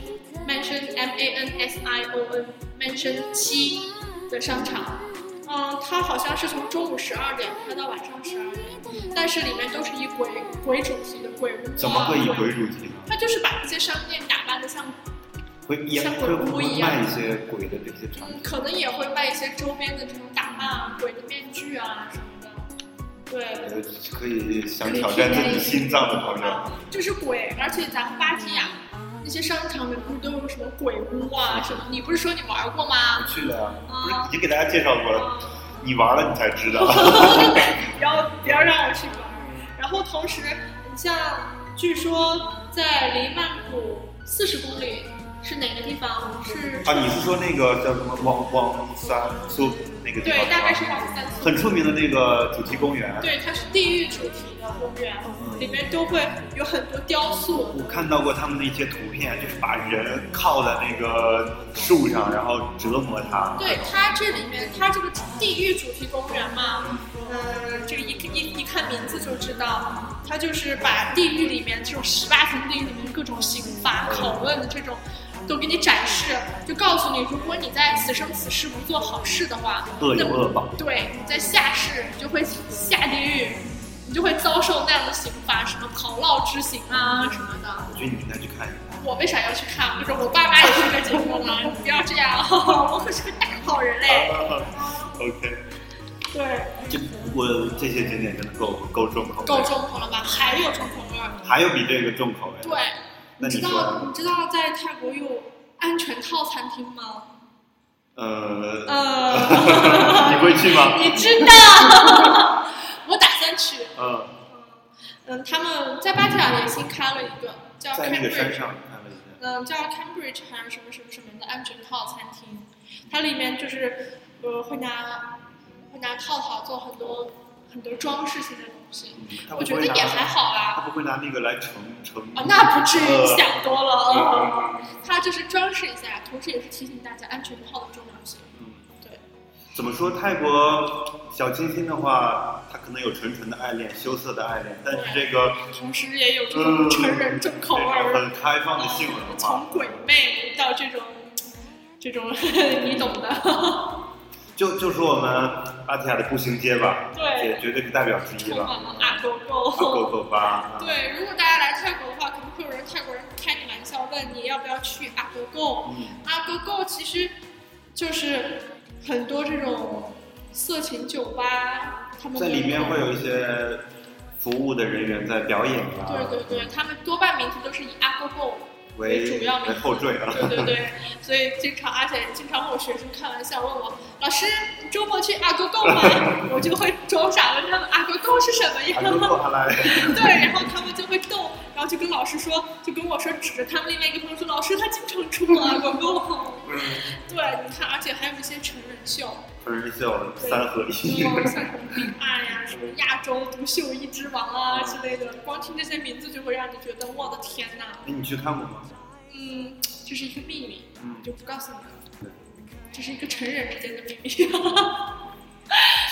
Speaker 1: Mansion M A N S I O N Mansion 七的商场，嗯，它好像是从中午十二点开到晚上十二点，但是里面都是以鬼鬼主题的鬼屋啊。
Speaker 2: 怎么会以鬼主题呢？
Speaker 1: 它就是把这些商店打扮的像，
Speaker 2: 会也
Speaker 1: 像
Speaker 2: 会
Speaker 1: 鬼
Speaker 2: 不
Speaker 1: 屋
Speaker 2: 会
Speaker 1: 一样
Speaker 2: 卖一些鬼的这些产
Speaker 1: 嗯
Speaker 2: 品？
Speaker 1: 可能也会卖一些周边的这种打扮啊，鬼的面具啊什么的。对，
Speaker 2: 呃，可以想挑战自己心脏的朋友，
Speaker 1: 就是鬼，而且咱们芭提雅那些商场里不是都有什么鬼屋啊什么？你不是说你玩过吗？
Speaker 2: 去了呀，不
Speaker 1: 啊
Speaker 2: 是已经给大家介绍过了，你玩了你才 知道。
Speaker 1: 不要不要让我去玩。然后同时，你像据说在离曼谷四十公里是哪个地方？是
Speaker 2: 啊，你是说那个叫什么王王三苏那个地方
Speaker 1: 对，
Speaker 2: 是吧？
Speaker 1: 大概是往三四。
Speaker 2: 很出名的那个主题公园。
Speaker 1: 对，它是地狱主题的公园，里面都会有很多雕塑。
Speaker 2: 我看到过他们的一些图片，就是把人靠在那个树上，然后折磨他。
Speaker 1: 对它这里面，它这个地狱主题公园嘛，嗯，这个一一一看名字就知道，它就是把地狱里面这种十八层地狱里面各种刑罚、拷问的这种，都给你展示，就告诉你，如果你在此生此世不做好事的话，
Speaker 2: 恶
Speaker 1: 那
Speaker 2: 有
Speaker 1: 么
Speaker 2: 恶报，
Speaker 1: 对，你在下世你就会下地狱，你就会遭受那样的刑罚，什么跑烙之刑啊什么的。
Speaker 2: 我觉得你应该去看一看。
Speaker 1: 我为啥要去看？就是我爸妈也是在结婚了，你不要这样， 我可是个大好人嘞。
Speaker 2: OK，
Speaker 1: 对，
Speaker 2: 这我这些景点真的够够重口味，
Speaker 1: 够重口了吧？还有重口味儿。
Speaker 2: 还有比这个重口味的？
Speaker 1: 对，
Speaker 2: 那
Speaker 1: 你知
Speaker 2: 你
Speaker 1: 道
Speaker 2: 说，
Speaker 1: 你知道在泰国有安全套餐厅吗？
Speaker 2: 呃，
Speaker 1: 呃，
Speaker 2: 你会去吗？
Speaker 1: 你知道，我打算去。
Speaker 2: 嗯，
Speaker 1: 嗯，他们在芭提雅也新开了一个叫
Speaker 2: 在那个山
Speaker 1: Cambridge
Speaker 2: 上看了一下，
Speaker 1: 嗯，叫 Cambridge 还是什么什么什么的安全套餐厅，它里面就是呃会拿会拿套套做很多很多装饰性的东西，
Speaker 2: 嗯他
Speaker 1: 我
Speaker 2: 不
Speaker 1: 觉
Speaker 2: 会
Speaker 1: 得也还
Speaker 2: 拿，
Speaker 1: 好
Speaker 2: 他
Speaker 1: 啦。
Speaker 2: 不会拿那个来盛盛。
Speaker 1: 啊，那不至于
Speaker 2: 呃
Speaker 1: 想多了
Speaker 2: 嗯
Speaker 1: 啊。
Speaker 2: 嗯嗯嗯
Speaker 1: 它就是装饰一下，同时也是提醒大家安全套的重要性。
Speaker 2: 嗯，
Speaker 1: 对。
Speaker 2: 怎么说？泰国小清新的话，他可能有纯纯的爱恋、羞涩的爱恋，但是这个嗯
Speaker 1: 同时也有这种成人重口味
Speaker 2: 这种
Speaker 1: 儿，
Speaker 2: 很开放的
Speaker 1: 嗯
Speaker 2: 性文化，
Speaker 1: 从鬼魅到这种这种 你懂的。
Speaker 2: 就就是我们芭提雅的步行街吧，
Speaker 1: 对
Speaker 2: 也绝对是代表之一
Speaker 1: 充
Speaker 2: 了。
Speaker 1: 满了阿狗
Speaker 2: 啊狗狗吧，啊
Speaker 1: 对，如果大家来泰国的话，可能会有人泰国人开你玩笑问你要不要去阿哥购。
Speaker 2: 嗯，
Speaker 1: 阿哥购其实就是很多这种色情酒吧，他们
Speaker 2: 在里面会
Speaker 1: 有。
Speaker 2: 有一些服务的人员在表演啊，
Speaker 1: 对对对，他们多半名字都是以阿哥购
Speaker 2: 为
Speaker 1: 主要
Speaker 2: 为
Speaker 1: 名字
Speaker 2: 后缀啊。
Speaker 1: 对对对，所以经常，而且经常会有学生开玩笑问我，老师，你周末去阿哥购吗？我就会装傻问他们阿哥购是什么
Speaker 2: 啊，
Speaker 1: 呀？
Speaker 2: 狗狗阿来，
Speaker 1: 对，然后他们就会逗，然后就跟老师说，就跟我说，指着他们另外一个朋友说，老师他经常出门阿哥购。
Speaker 2: 嗯，
Speaker 1: 对，你看，而且还有一些成人秀，
Speaker 2: 成人秀三合一，
Speaker 1: 像什么明爱呀，什么亚洲独秀一之王啊之类的，光听这些名字就会让你觉得我的天呐，
Speaker 2: 哎， 你去看过吗？
Speaker 1: 嗯，这是一个秘密。
Speaker 2: 嗯
Speaker 1: 我，就不告诉你
Speaker 2: 对
Speaker 1: 了。这是一个成人之间的秘密。
Speaker 2: 其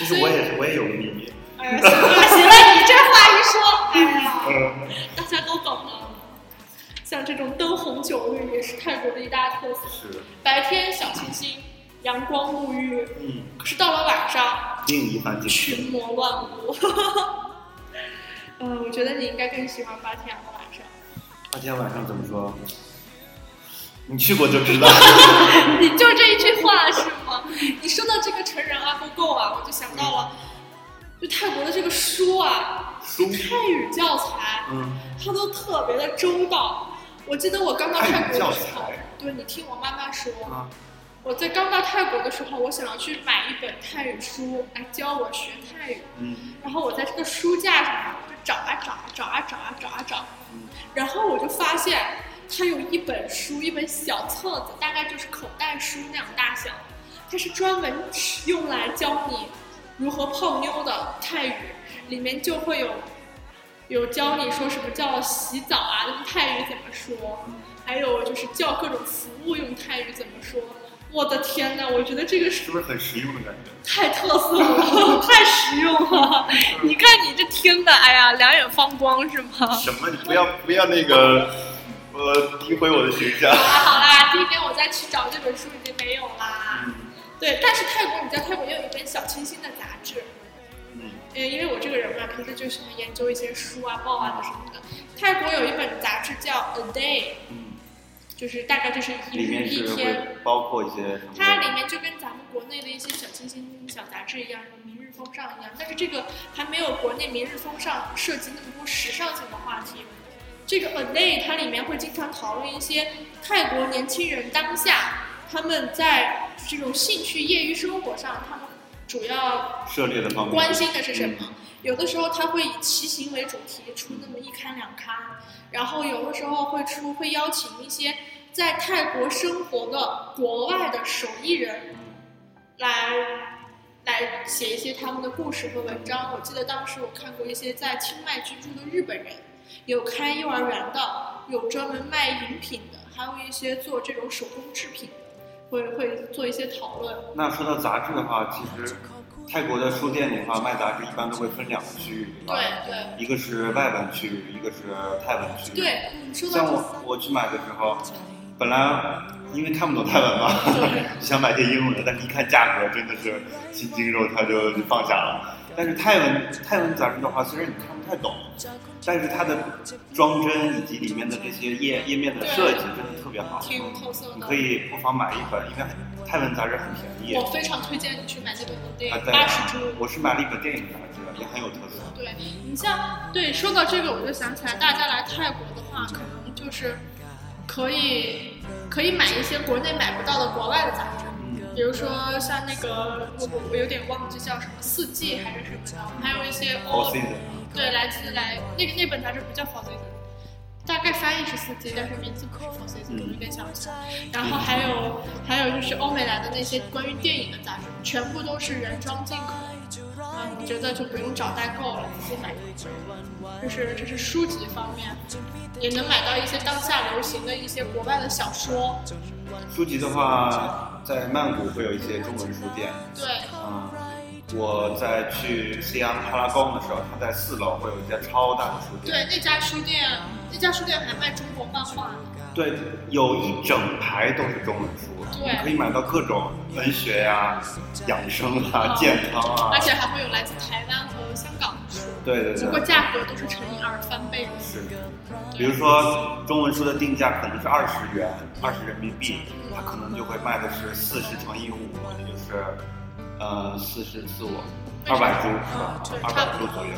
Speaker 2: 实我也是，我也有个秘密。
Speaker 1: 哎呀，行了行了，你这话一说，哎呀，
Speaker 2: 嗯，
Speaker 1: 大家都懂了。像这种灯红酒绿也是泰国的一大特色。
Speaker 2: 是，
Speaker 1: 白天小清新，阳光沐浴，
Speaker 2: 嗯，
Speaker 1: 可是到了晚上
Speaker 2: 另一番景色。
Speaker 1: 群魔乱舞。 嗯，我觉得你应该更喜欢芭提雅的晚上。
Speaker 2: 那天晚上怎么说？你去过就知道。
Speaker 1: 你就这一句话是吗？你说到这个成人阿不够啊，我就想到了，就泰国的这个书啊，
Speaker 2: 书，
Speaker 1: 泰语教材，
Speaker 2: 嗯，
Speaker 1: 它都特别的周到。我记得我刚到泰国的时候
Speaker 2: 泰语教材，
Speaker 1: 对你听我妈妈说，
Speaker 2: 啊，
Speaker 1: 我在刚到泰国的时候，我想要去买一本泰语书来教我学泰语。
Speaker 2: 嗯，
Speaker 1: 然后我在这个书架上啊，我就找啊找啊找啊找啊找啊找
Speaker 2: 嗯，
Speaker 1: 然后我就发现它有一本书，一本小册子，大概就是口袋书那样大小，它是专门用来教你如何泡妞的泰语，里面就会有有教你说什么叫洗澡啊，用泰语怎么说，还有就是叫各种服务用泰语怎么说。我的天呐，我觉得这个是
Speaker 2: 是不是很实用的感觉？
Speaker 1: 太特色了， 太实用了！你看你这听的，哎呀，两眼放光是吗？
Speaker 2: 什么？你不要不要那个，呃，诋毁我的形象。
Speaker 1: 好啦好啦，第一年我再去找这本书已经没有啦。
Speaker 2: 嗯
Speaker 1: 对，但是泰国，你在泰国也有一本小清新的杂志，
Speaker 2: 嗯
Speaker 1: 呃，因为我这个人嘛，平时就喜欢研究一些书啊、报啊的什么的。泰国有一本杂志叫《A Day》，
Speaker 2: 嗯，
Speaker 1: 就是大概就是一
Speaker 2: 里
Speaker 1: 日
Speaker 2: 面是
Speaker 1: 一天。
Speaker 2: 会包括一些什
Speaker 1: 它里
Speaker 2: 么？
Speaker 1: 面就跟咱们国内的一些小清新小杂志一样，什么《明日风尚》一样，但是这个还没有国内《明日风尚》涉及那么多时尚性的话题。这个 A Day 它里面会经常讨论一些泰国年轻人当下他们在这种兴趣业余生活上，他们主要
Speaker 2: 涉猎的方面，
Speaker 1: 关心的是什么。有的时候他会以骑行为主题出那么一刊两刊，然后有的时候会出会邀请一些在泰国生活的国外的手艺人来来写一些他们的故事和文章。我记得当时我看过一些在清迈居住的日本人，有开幼儿园的，有专门卖饮品的，还有一些做这种手工制品的，会会做一些讨论。
Speaker 2: 那说到杂志的话，其实泰国的书店的话，卖杂志一般都会分两个区域，对吧？
Speaker 1: 对对
Speaker 2: 一个是外文区域，一个是泰文区域。
Speaker 1: 对，你说
Speaker 2: 像
Speaker 1: 到这
Speaker 2: 我我去买的时候，本来因为看不懂泰文嘛，就 想买些英文，但是一看价格真的是心惊肉跳就就放下了。但是泰文泰文杂志的话，虽然你看不太懂，但是它的装帧以及里面的这些页页面的设计真的特别好，
Speaker 1: 挺有特色
Speaker 2: 你
Speaker 1: 的
Speaker 2: 可。以不妨买一本，因为泰文杂志很便宜
Speaker 1: 我。非常推荐你去买这本本
Speaker 2: 它
Speaker 1: 店
Speaker 2: 在
Speaker 1: 八十株。
Speaker 2: 我是买了一本电影杂志，也很有特色。
Speaker 1: 对你像对说到这个，我就想起来，大家来泰国的话，可能就是可以可以买一些国内买不到的国外的杂志，
Speaker 2: 嗯，
Speaker 1: 比如说像那个我我我有点忘记叫什么四季还是什么的，还有一些
Speaker 2: All
Speaker 1: 欧
Speaker 2: season。
Speaker 1: 对来自来那个那本杂志不叫 Four Seasons。大概翻译是四季，但是名字不是 Four Seasons，我有点想不起来。然后还有还有就是欧美来的那些关于电影的杂志，全部都是原装进口的。啊，我觉得就不用找代购了，自己买就可以了。这是这是书籍方面，也能买到一些当下流行的一些国外的小说。
Speaker 2: 书籍的话，在曼谷会有一些中文书店。
Speaker 1: 对，
Speaker 2: 嗯，我在去西安哈拉宫的时候，它在四楼会有一家超大的书店。
Speaker 1: 对，那家书店那家书店还卖中国漫画呢。
Speaker 2: 对，有一整排都是中文书，
Speaker 1: 对
Speaker 2: 你可以买到各种文学呀、养生
Speaker 1: 嗯
Speaker 2: 啊、健康啊
Speaker 1: 而。且还会有来自台湾和香港的书，
Speaker 2: 对对
Speaker 1: 不过
Speaker 2: 对，
Speaker 1: 价格都是乘以二翻倍的。
Speaker 2: 是。
Speaker 1: 对
Speaker 2: 比如说，中文书的定价可能是二十元，二十人民币，它可能就会卖的是四十乘以五，也就是呃四十四五，二百株是吧
Speaker 1: 嗯对？
Speaker 2: 二
Speaker 1: 差
Speaker 2: 百
Speaker 1: 不
Speaker 2: 株
Speaker 1: 多
Speaker 2: 左右。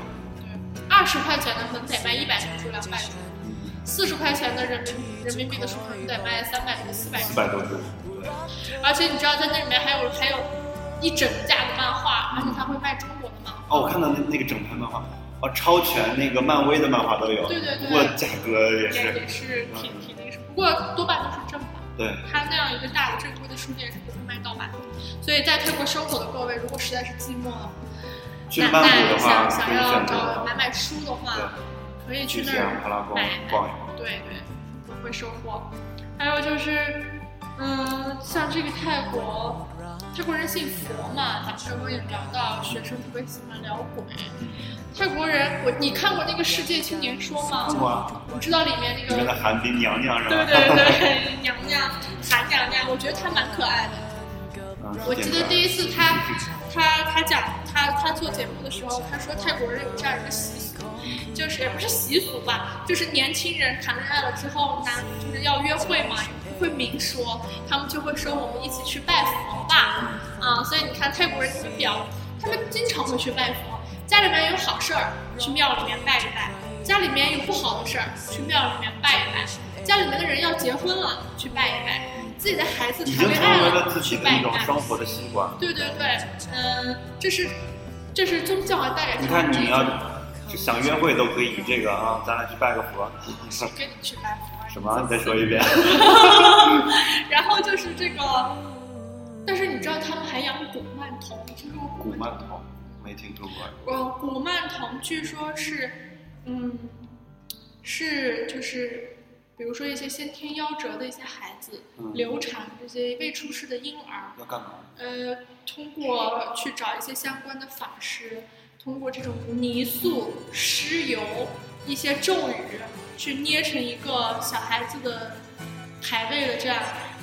Speaker 1: 二十块钱的可能得卖一百株、两百株，
Speaker 2: 嗯
Speaker 1: 四十块钱的人民人民币的书可能得卖三百株、四百
Speaker 2: 四
Speaker 1: 株。
Speaker 2: 百多株，对，
Speaker 1: 而且你知道，在那里面还有还有一整架的漫画，而且他会卖中国的漫画。
Speaker 2: 哦，我看到那那个整盘漫画，哦，超全那个漫威的漫画都有，
Speaker 1: 对对对
Speaker 2: 不过价格也
Speaker 1: 也
Speaker 2: 是，
Speaker 1: 也是挺挺那个什么，不过多半都是正版。
Speaker 2: 对，
Speaker 1: 它那样一个大的正规的书店是不会卖盗版的，所以在泰国生活的各位，如果实在是寂寞了，
Speaker 2: 去
Speaker 1: 那
Speaker 2: 曼谷
Speaker 1: 那
Speaker 2: 的话
Speaker 1: 想
Speaker 2: 可
Speaker 1: 想
Speaker 2: 以
Speaker 1: 要
Speaker 2: 选
Speaker 1: 找买
Speaker 2: 择
Speaker 1: 买书的话，可以去
Speaker 2: 去
Speaker 1: 那
Speaker 2: 西安
Speaker 1: 儿
Speaker 2: 帕拉宫
Speaker 1: 买买。
Speaker 2: 逛一逛，
Speaker 1: 对对，我会收获。还有就是，嗯，像这个泰国，泰国人信佛嘛，咱们这回也聊到，学生特别喜欢聊鬼。泰国人，我你看过那个《世界青年说》
Speaker 2: 看
Speaker 1: 吗？
Speaker 2: 过啊，
Speaker 1: 你知道里面那
Speaker 2: 里面的
Speaker 1: 个？
Speaker 2: 寒冰娘娘是吧？
Speaker 1: 对对对， 娘娘韩娘娘，我觉得她蛮可爱的。
Speaker 2: 嗯，
Speaker 1: 我记得第
Speaker 2: 一，
Speaker 1: 一次他他他讲他他做节目的时候，他说泰国人有这样一个习俗，就是也不是习俗吧，就是年轻人谈恋爱了之后，男就是要约会嘛，也不会明说，他们就会说我们一起去拜佛吧，啊，所以你看泰国人这个表，他们经常会去拜佛，家里面有好事儿去庙里面拜一拜，家里面有不好的事儿去庙里面拜一拜，家里面的人要结婚了去拜一拜。自己的孩子
Speaker 2: 已
Speaker 1: 谈
Speaker 2: 经
Speaker 1: 恋
Speaker 2: 成
Speaker 1: 爱
Speaker 2: 为了自己
Speaker 1: 去
Speaker 2: 的
Speaker 1: 拜
Speaker 2: 一
Speaker 1: 一
Speaker 2: 种
Speaker 1: 拜。
Speaker 2: 生活的习惯。
Speaker 1: 对对对，嗯，这是这是宗教啊，大概就
Speaker 2: 你
Speaker 1: 是
Speaker 2: 看，
Speaker 1: 这
Speaker 2: 你要
Speaker 1: 种
Speaker 2: 就想约会都可以以这个啊，咱俩去拜个佛，
Speaker 1: 跟你去拜佛啊
Speaker 2: 什么？你再说一 遍。
Speaker 1: 然后就是这个，但是你知道他们还养古曼童，你听说过
Speaker 2: 古曼童没听说过，
Speaker 1: 呃，古曼童据说是，嗯，是就是，比如说一些先天夭折的一些孩子，
Speaker 2: 嗯
Speaker 1: 流产这些未出世的婴儿，
Speaker 2: 要干嘛？
Speaker 1: 呃，通过去找一些相关的法师，通过这种泥塑、尸油、一些咒语，去捏成一个小孩子的牌位的这样，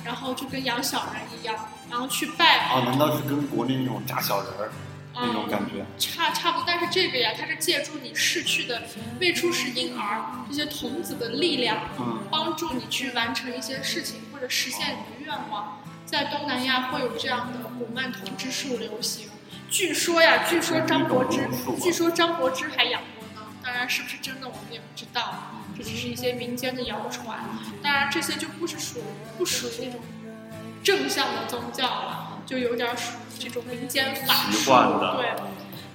Speaker 1: 然后就跟养小人一样，然后去拜，
Speaker 2: 哦，难道是跟国内那种扎小人儿那种感
Speaker 1: 嗯，
Speaker 2: 觉？
Speaker 1: 差差不多。但是这个呀，它是借助你逝去的未出世婴儿这些童子的力量，
Speaker 2: 嗯。
Speaker 1: 帮助你去完成一些事情或者实现你的愿望。在东南亚会有这样的古曼童之术流行，据说呀，据说张柏芝
Speaker 2: 古曼童术啊，
Speaker 1: 据说张柏芝还养过呢，当然是不是真的我们也不知道，这只是一些民间的谣传。当然这些就不是属不属于那种正向的宗教了，就有点属于这种民间法
Speaker 2: 习
Speaker 1: 术。
Speaker 2: 惯的
Speaker 1: 对，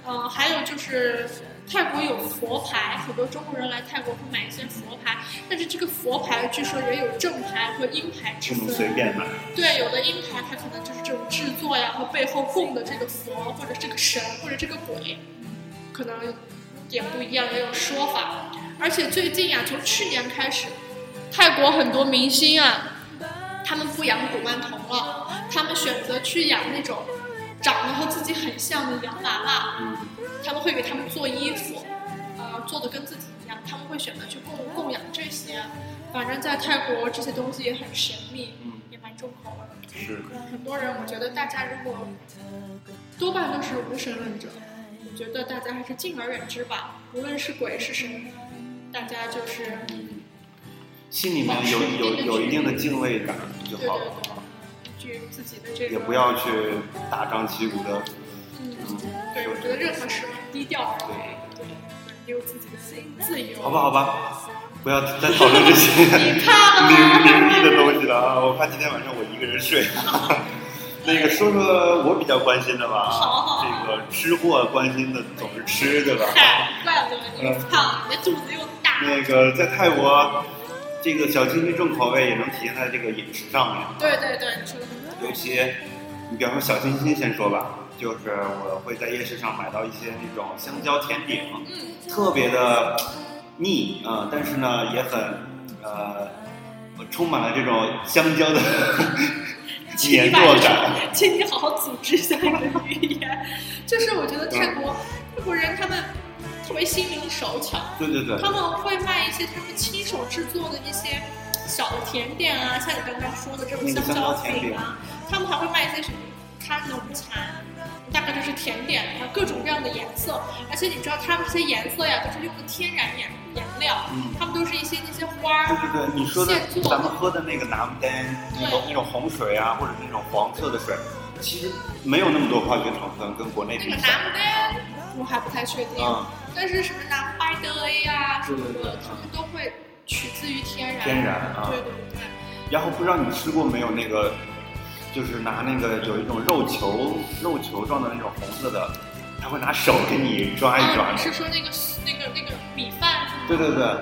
Speaker 1: 嗯、还有就是泰国有佛牌，很多中国人来泰国会买一些佛牌，但是这个佛牌据说也有正牌和阴牌之
Speaker 2: 不能
Speaker 1: 分。
Speaker 2: 随便买。
Speaker 1: 对，有的鹰牌它可能就是这种制作呀和背后供的这个佛或者这个神或者这个鬼，可能也不一样，也有说法。而且最近呀、从去年开始，泰国很多明星啊，他们不养古曼童了，他们选择去养那种长得和自己很像的洋娃娃，
Speaker 2: 嗯，
Speaker 1: 他们会给他们做衣服，呃，做的跟自己一样，他们会选择去供供养这些。反正，在泰国这些东西也很神秘，
Speaker 2: 嗯
Speaker 1: 也蛮重口味的。
Speaker 2: 是，
Speaker 1: 很多人，我觉得大家如果多半都是无神论者，我觉得大家还是敬而远之吧。无论是鬼是神，大家就是
Speaker 2: 嗯，心里面有有有一定的敬畏感就
Speaker 1: 对对
Speaker 2: 好
Speaker 1: 对
Speaker 2: 了，，
Speaker 1: 根据自己的这个
Speaker 2: 也不要去大张旗鼓的，
Speaker 1: 嗯，
Speaker 2: 嗯，
Speaker 1: 对，我觉得任何事低调而为
Speaker 2: 对，
Speaker 1: 对，也有自己的自由。
Speaker 2: 好吧，好吧，不要再讨论这 些
Speaker 1: 你怕了
Speaker 2: 灵
Speaker 1: 吗
Speaker 2: 灵异的东西了啊！我怕今天晚上我一个人睡。 那个说说我比较关心的吧
Speaker 1: 好好
Speaker 2: 啊，这个吃货关心的总是吃，对吧？
Speaker 1: 嗨，怪不得你又胖，你的肚子又大。
Speaker 2: 那个在泰国，这个小清新重口味也能体现在这个饮食上面，
Speaker 1: 对对对，你说的很
Speaker 2: 尤其你比方说小清新先说吧，就是我会在夜市上买到一些那种香蕉甜饼，
Speaker 1: 嗯，
Speaker 2: 特别的腻啊、呃但是呢也很呃充满了这种香 蕉的
Speaker 1: 请
Speaker 2: 粘
Speaker 1: 你把
Speaker 2: 着
Speaker 1: 这
Speaker 2: 感。
Speaker 1: 种请你好好组织一下你的语言。就是我觉得泰国泰国人他们特别心灵手巧，
Speaker 2: 对对对，
Speaker 1: 他们会卖一些他们亲手制作的一些小的甜点啊，像你刚刚说的这种香蕉饼啊，
Speaker 2: 嗯
Speaker 1: 他们还会卖一些什么咖农餐。大概就是甜点，然后各种各样的颜色，而且你知道他们这些颜色呀，都是用的天然颜颜料，
Speaker 2: 嗯，
Speaker 1: 他们都是一些那些花
Speaker 2: 对
Speaker 1: 儿，
Speaker 2: 对对，你说的
Speaker 1: 现做
Speaker 2: 咱们喝的那个拿木丹，那种
Speaker 1: 对
Speaker 2: 那种红水啊，或者那种黄色的水，其实没有那么多化学成分，跟国内
Speaker 1: 那
Speaker 2: 比
Speaker 1: 个
Speaker 2: 起来，
Speaker 1: 拿单我还不太确定，
Speaker 2: 啊、
Speaker 1: 但是什么拿白德 A 啊什
Speaker 2: 对
Speaker 1: 么
Speaker 2: 对对
Speaker 1: 的，他们都会取自于天然。
Speaker 2: 天然啊
Speaker 1: 对对对，
Speaker 2: 然后不知道你吃过没有那个，就是拿那个有一种肉球肉球状的那种红色的，他会拿手给你抓一抓
Speaker 1: 啊，你。是说那个那个那个米饭是吗？
Speaker 2: 对对对，
Speaker 1: 哦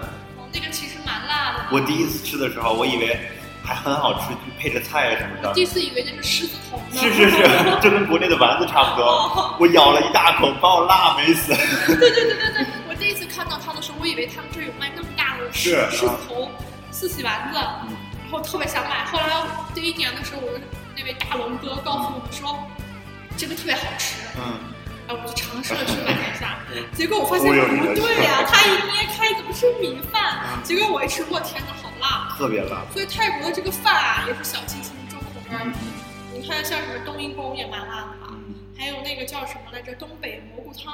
Speaker 1: 那个其实蛮辣的。
Speaker 2: 我第一次吃的时候，我以为还很好吃，就配着菜什么
Speaker 1: 我
Speaker 2: 的
Speaker 1: 第。一次以为那是狮子头呢。
Speaker 2: 是 是是， 这跟国内的丸子差不多。
Speaker 1: 哦，
Speaker 2: 我咬了一大口，把我辣没 死。
Speaker 1: 对对对对对，我第一次看到它的时候，我以为他们这儿有卖那么大的狮
Speaker 2: 是啊嗯
Speaker 1: 狮子头、四喜丸子，然后特别想买。后来第一年的时候，我的那位大龙哥告诉我们说，这个特别好吃。
Speaker 2: 嗯，
Speaker 1: 啊，我就尝试着去买一下
Speaker 2: 嗯，
Speaker 1: 结果我发现
Speaker 2: 忽悠你的
Speaker 1: 不对呀、
Speaker 2: 是吧
Speaker 1: 它一捏开怎么是米
Speaker 2: 嗯
Speaker 1: 饭？结果我一吃，我天呐，好辣！
Speaker 2: 特别辣。
Speaker 1: 所以泰国的这个饭啊，也是小清新重口味儿。你看像什么冬阴功也蛮辣的吧？
Speaker 2: 嗯
Speaker 1: 还有那个叫什么来着？东北蘑菇汤。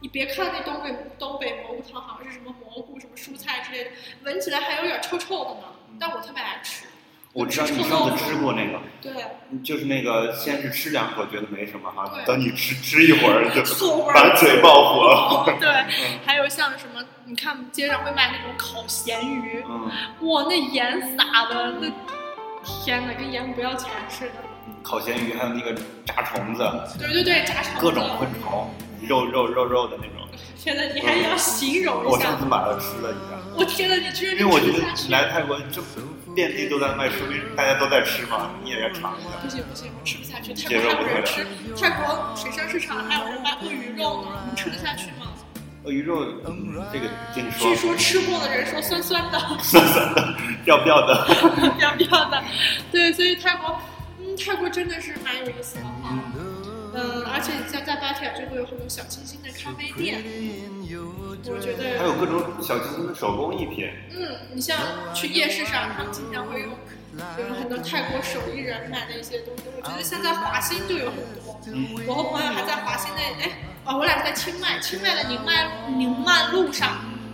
Speaker 1: 你别看那东北东北蘑菇汤好像是什么蘑菇、什么蔬菜之类的，闻起来还有点臭臭的呢，
Speaker 2: 嗯
Speaker 1: 但我特别爱吃。
Speaker 2: 我知道你上次吃过那个，
Speaker 1: 对，
Speaker 2: 就是那个先是吃两口觉得没什么哈
Speaker 1: 对，
Speaker 2: 等你吃吃一会儿就
Speaker 1: 后味儿。
Speaker 2: 把嘴爆火了。 嗯
Speaker 1: 对，还有像什么，你看街上会卖那种烤咸鱼，
Speaker 2: 嗯，
Speaker 1: 哇，那盐撒的，那天哪，跟盐不要钱似的。
Speaker 2: 烤咸鱼，还有那个炸虫子，
Speaker 1: 对对对，炸肠子
Speaker 2: 各种昆虫，肉肉肉肉的那种。
Speaker 1: 天哪，你还要形容
Speaker 2: 我
Speaker 1: 一
Speaker 2: 上次
Speaker 1: 下。
Speaker 2: 买了吃了一下，
Speaker 1: 我天哪，你居然
Speaker 2: 因为我觉
Speaker 1: 吃
Speaker 2: 得
Speaker 1: 下去
Speaker 2: 你来泰国就遍地都在卖，说明大家都在吃嘛，你也要尝一下。
Speaker 1: 不行不行，我吃不下去。泰
Speaker 2: 接
Speaker 1: 国
Speaker 2: 受
Speaker 1: 还
Speaker 2: 不
Speaker 1: 有
Speaker 2: 了
Speaker 1: 人吃，泰国水上市场还有人卖鳄鱼肉呢，你吃得下去吗？
Speaker 2: 鳄鱼肉，嗯这个跟你说
Speaker 1: 据， 说吃过的人说酸酸的。
Speaker 2: 要不要的？
Speaker 1: 不要不要的。对，所以泰国，嗯，泰国真的是蛮有意思的哈。嗯，而且像在芭提雅就会有很多小清新的咖啡店，
Speaker 2: 嗯
Speaker 1: 我觉
Speaker 2: 还有
Speaker 1: 得，
Speaker 2: 各种小清新的手工艺品，
Speaker 1: 嗯，你像去夜市上，他们经常会用有很多泰国手艺人买的一些东西，我觉得现在华欣就有很多。
Speaker 2: 嗯，
Speaker 1: 我和朋友还在华欣那，哎，啊，我俩是在清迈，清迈的宁曼宁曼路上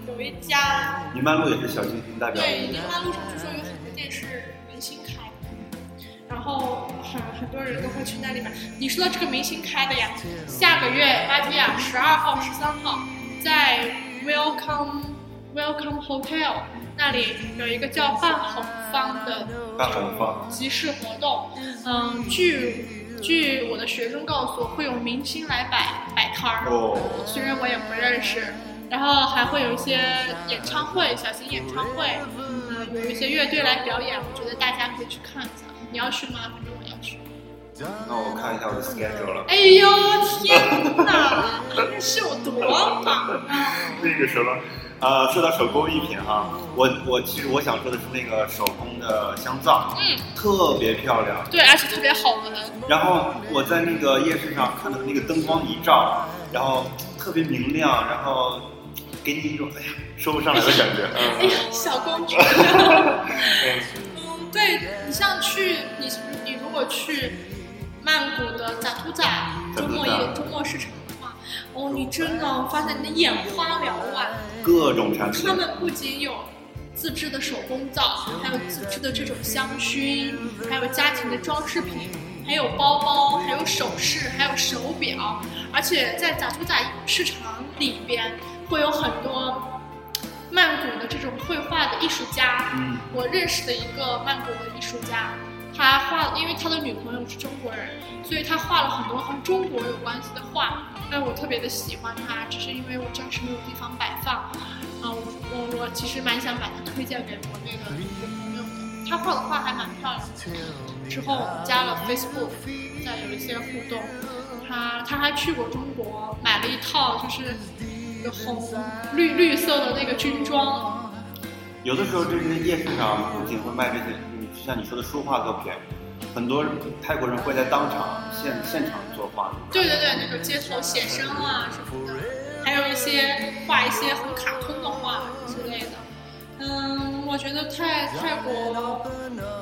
Speaker 1: 有一家
Speaker 2: 尼曼路也是小清新代表。
Speaker 1: 对，宁曼路上据说有很多店是明星开的，然后很很多人都会去那里买。你说到这个明星开的呀，下个月芭提雅十二号、十三号在 Welcome Welcome Hotel 那那里有一个叫半红方的
Speaker 2: 大红方，
Speaker 1: 集市活动，嗯，据据我的学生告诉我，会有明星来摆摆摊儿，
Speaker 2: 哦，
Speaker 1: 虽然我也不认识，然后还会有一些演唱会，小型演唱会，嗯，有一些乐队来表演，我觉得大家可以去看一下。你要去吗？反正我要去。
Speaker 2: 那我看一下我的 schedule 了。
Speaker 1: 哎呦天哪，是有多忙啊！
Speaker 2: 那个什么，呃，说到手工艺品哈、我我其实我想说的是那个手工的香皂，
Speaker 1: 嗯，
Speaker 2: 特别漂亮。
Speaker 1: 对，而且特别好闻。
Speaker 2: 然后我在那个夜市上看到那个灯光一照，然后特别明亮，然后给你一种哎呀说不上来的感觉。
Speaker 1: 哎
Speaker 2: 嗯
Speaker 1: 呀，小公主。
Speaker 2: 嗯，
Speaker 1: 嗯，对你像去你你如果去曼谷的扎图扎周末
Speaker 2: 扎图扎
Speaker 1: 夜周末市场的话，哦，你真的我发现你的眼花缭乱。
Speaker 2: 各种产品
Speaker 1: 他。们不仅有自制的手工皂，还有自制的这种香薰，还有家庭的装饰品，还有包包，还有首饰，还有手表。而且在扎图扎市场里边会有很多曼谷的这种绘画的艺术家，
Speaker 2: 嗯，
Speaker 1: 我认识的一个曼谷的艺术家，他画，因为他的女朋友是中国人，所以他画了很多和中国有关系的画。但我特别的喜欢他，只是因为我暂时没有地方摆放。啊、我我我其实蛮想把它推荐给国内的一个朋友的。他画的画还蛮漂亮的。之后加了 Facebook，再有一些互动。他他还去过中国，买了一套就是红绿绿色的那个军装，
Speaker 2: 有的时候就是夜市上不仅会卖这些，你像你说的书画作品，很多泰国人会在当场现现场作画。
Speaker 1: 对对对，那种街头写生啊什么的，还有一些画一些很卡通的画之类的。嗯，我觉得泰泰国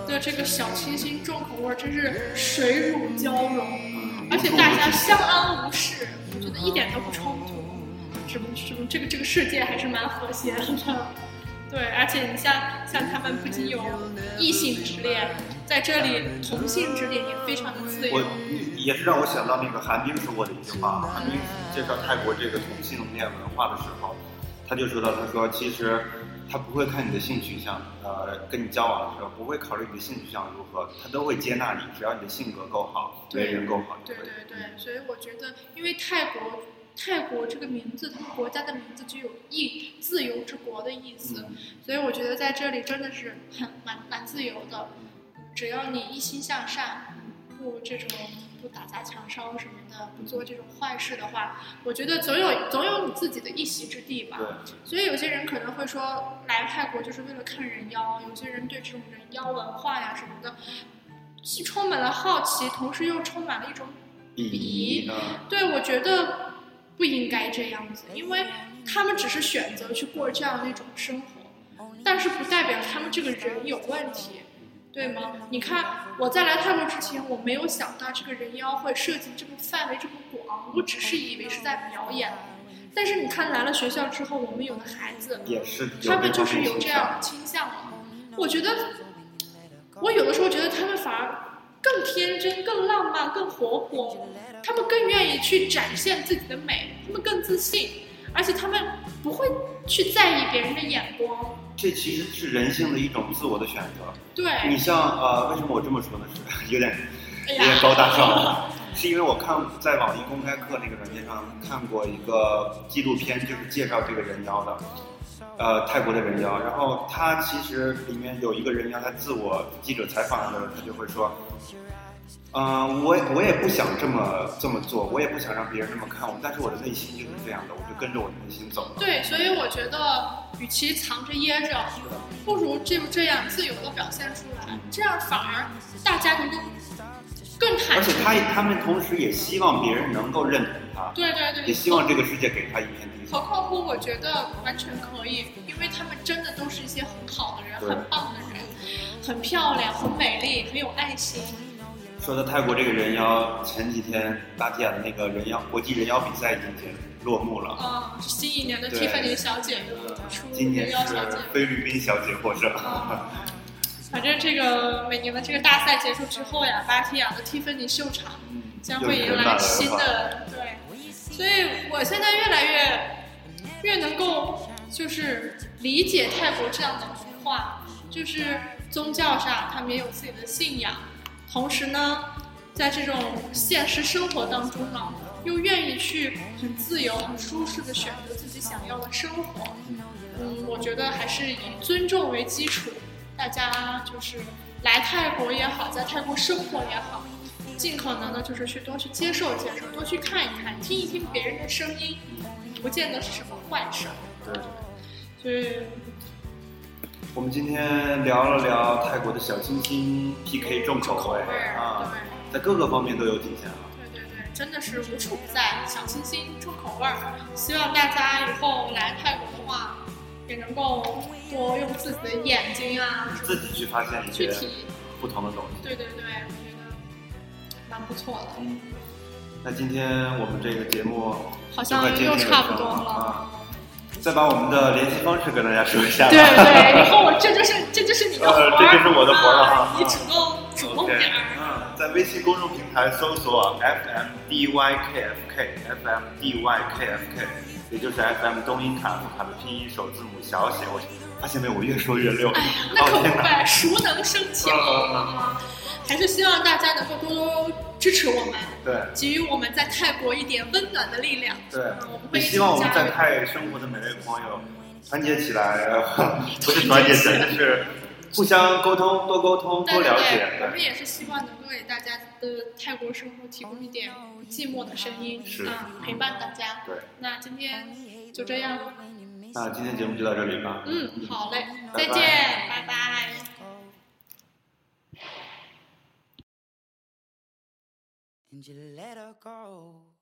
Speaker 1: 的这个小清新重口味儿真是水乳交融，
Speaker 2: 嗯
Speaker 1: 而且大家相安无事，我觉得一点都不冲突。什么什么，这个这个世界还是蛮和谐的。 对，而且你像像他们不仅有异性之恋，在这里同性之恋也非常的自由
Speaker 2: 我。也是让我想到那个韩冰说过的一句
Speaker 1: 嗯
Speaker 2: 话，韩冰介绍泰国这个同性恋文化的时候，他就说到，他说其实他不会看你的性取向，呃，跟你交往的时候不会考虑你的性取向如何，他都会接纳你，只要你的性格够好，为人够好就
Speaker 1: 对
Speaker 2: 可以
Speaker 1: 对。对，所以我觉得，因为泰国泰国这个名字，它们国家的名字就有意自由之国的意思，
Speaker 2: 嗯，
Speaker 1: 所以我觉得在这里真的是很蛮蛮自由的，只要你一心向善，不这种不打砸抢烧什么的，不做这种坏事的话，我觉得总有总有你自己的一席之地吧。
Speaker 2: 对，
Speaker 1: 所以有些人可能会说来泰国就是为了看人妖，有些人对这种人妖文化呀什么的，既充满了好奇，同时又充满了一种
Speaker 2: 鄙夷啊，
Speaker 1: 对，我觉得不应该这样子，因为他们只是选择去过这样的一种生活，但是不代表他们这个人有问题，对吗？你看，我在来泰国之前，我没有想到这个人妖会涉及这么范围这么广，我只是以为是在表演。但是你看，来了学校之后，我们有的孩子，
Speaker 2: 也是有
Speaker 1: 他们
Speaker 2: 这
Speaker 1: 就
Speaker 2: 方
Speaker 1: 是
Speaker 2: 面
Speaker 1: 有
Speaker 2: 倾
Speaker 1: 这
Speaker 2: 向
Speaker 1: 样的倾向了。我觉得，我有的时候觉得他们反而更天真、更浪漫、更活泼，他们更愿意去展现自己的美，他们更自信，而且他们不会去在意别人的眼光。
Speaker 2: 这其实是人性的一种自我的选择。
Speaker 1: 对，
Speaker 2: 你像呃，为什么我这么说呢？是有点
Speaker 1: 哎
Speaker 2: 有点
Speaker 1: 呀，
Speaker 2: 高大上了，是因为我看在网易公开课那个软件上看过一个纪录片，就是介绍这个人妖的，呃，泰国的人妖。然后他其实里面有一个人妖，他自我记者采访的时候，他就会说，嗯、我也我也不想这么这么做，我也不想让别人这么看我，但是我的内心就是这样的，我就跟着我的内心走了。
Speaker 1: 对，所以我觉得，与其藏着掖着，不如就这样自由的表现出
Speaker 2: 嗯
Speaker 1: 来，这样反而大家能够更
Speaker 2: 而
Speaker 1: 坦
Speaker 2: 且
Speaker 1: 诚。
Speaker 2: 他他们同时也希望别人能够认同他，
Speaker 1: 对对对，
Speaker 2: 也希望这个世界给他一片地。
Speaker 1: 何况乎，我觉得完全可以，因为他们真的都是一些很好的人，
Speaker 2: 对
Speaker 1: 很棒的人，很漂亮，很美丽，很有爱心。
Speaker 2: 说到泰国这个人妖，前几天芭提雅的那个人妖国际人妖比赛已经结落幕了，
Speaker 1: 啊、新一年的
Speaker 2: 对
Speaker 1: 蒂凡尼小姐出
Speaker 2: 今年
Speaker 1: 人妖
Speaker 2: 是
Speaker 1: 小姐。
Speaker 2: 菲律宾小姐获胜。
Speaker 1: 啊，反正这个每年的这个大赛结束之后呀，芭提雅的蒂芬尼秀场将会迎来新的对，所以我现在越来越越能够就是理解泰国这样的文化，就是宗教上他们也有自己的信仰，同时呢，在这种现实生活当中呢，又愿意去很自由、很舒适的选择自己想要的生活。嗯，我觉得还是以尊重为基础，大家就是来泰国也好，在泰国生活也好，尽可能的就是去多去接受接受，多去看一看，听一听别人的声音，不见得是什么坏事儿。
Speaker 2: 对。
Speaker 1: 所以，
Speaker 2: 我们今天聊了聊泰国的小清新 PK 重口味
Speaker 1: 对
Speaker 2: 啊，在各个方面都有体现啊。
Speaker 1: 对对对，真的是无处不在，小清新重口味儿。希望大家以后来泰国的话，也能够多用自己的眼睛啊，
Speaker 2: 自己去发现一
Speaker 1: 去
Speaker 2: 些
Speaker 1: 体。
Speaker 2: 不同的东西。
Speaker 1: 对对对，我觉得蛮不错的，
Speaker 2: 嗯，那今天我们这个节目
Speaker 1: 好
Speaker 2: 就
Speaker 1: 像
Speaker 2: 快接近
Speaker 1: 又
Speaker 2: 尾声
Speaker 1: 差不多
Speaker 2: 了
Speaker 1: 了。
Speaker 2: 啊，再把我们的联系方式跟大家说一下吧。
Speaker 1: 对对，以后我这就是这就是你的活
Speaker 2: 呃
Speaker 1: 儿，
Speaker 2: 这就是我的活儿了哈
Speaker 1: 啊你主动主动
Speaker 2: OK，
Speaker 1: 点儿。
Speaker 2: 嗯，在微信公众平台搜索 FMDYKFK，FMDYKFK，也就是 FM 东音卡夫卡的拼音首字母小写。我发现没有，我越说越溜。
Speaker 1: 哎呀，那可
Speaker 2: 哦
Speaker 1: 不
Speaker 2: 天哪！
Speaker 1: 呗，熟能生巧
Speaker 2: 嗯嗯嗯
Speaker 1: 啊！还是希望大家能够多支持我们。
Speaker 2: 对
Speaker 1: 给予我们在泰国一点温暖的力量。
Speaker 2: 对
Speaker 1: 嗯我们，会
Speaker 2: 也
Speaker 1: 一起
Speaker 2: 希望我们
Speaker 1: 加
Speaker 2: 在
Speaker 1: 油
Speaker 2: 泰生活的每位朋友团结起来， 呃不是团结起来，就是互相沟通，多沟通，
Speaker 1: 对
Speaker 2: 多
Speaker 1: 对
Speaker 2: 了解。
Speaker 1: 对，我们也是希望能够给大家的泰国生活提供一点寂寞的声音，
Speaker 2: 是
Speaker 1: 啊，陪伴大家。
Speaker 2: 对，
Speaker 1: 那今天就这样了，
Speaker 2: 那今天节目就到这里吧。
Speaker 1: 嗯，好嘞，
Speaker 2: 拜
Speaker 1: 再见，拜拜
Speaker 3: and you let her go.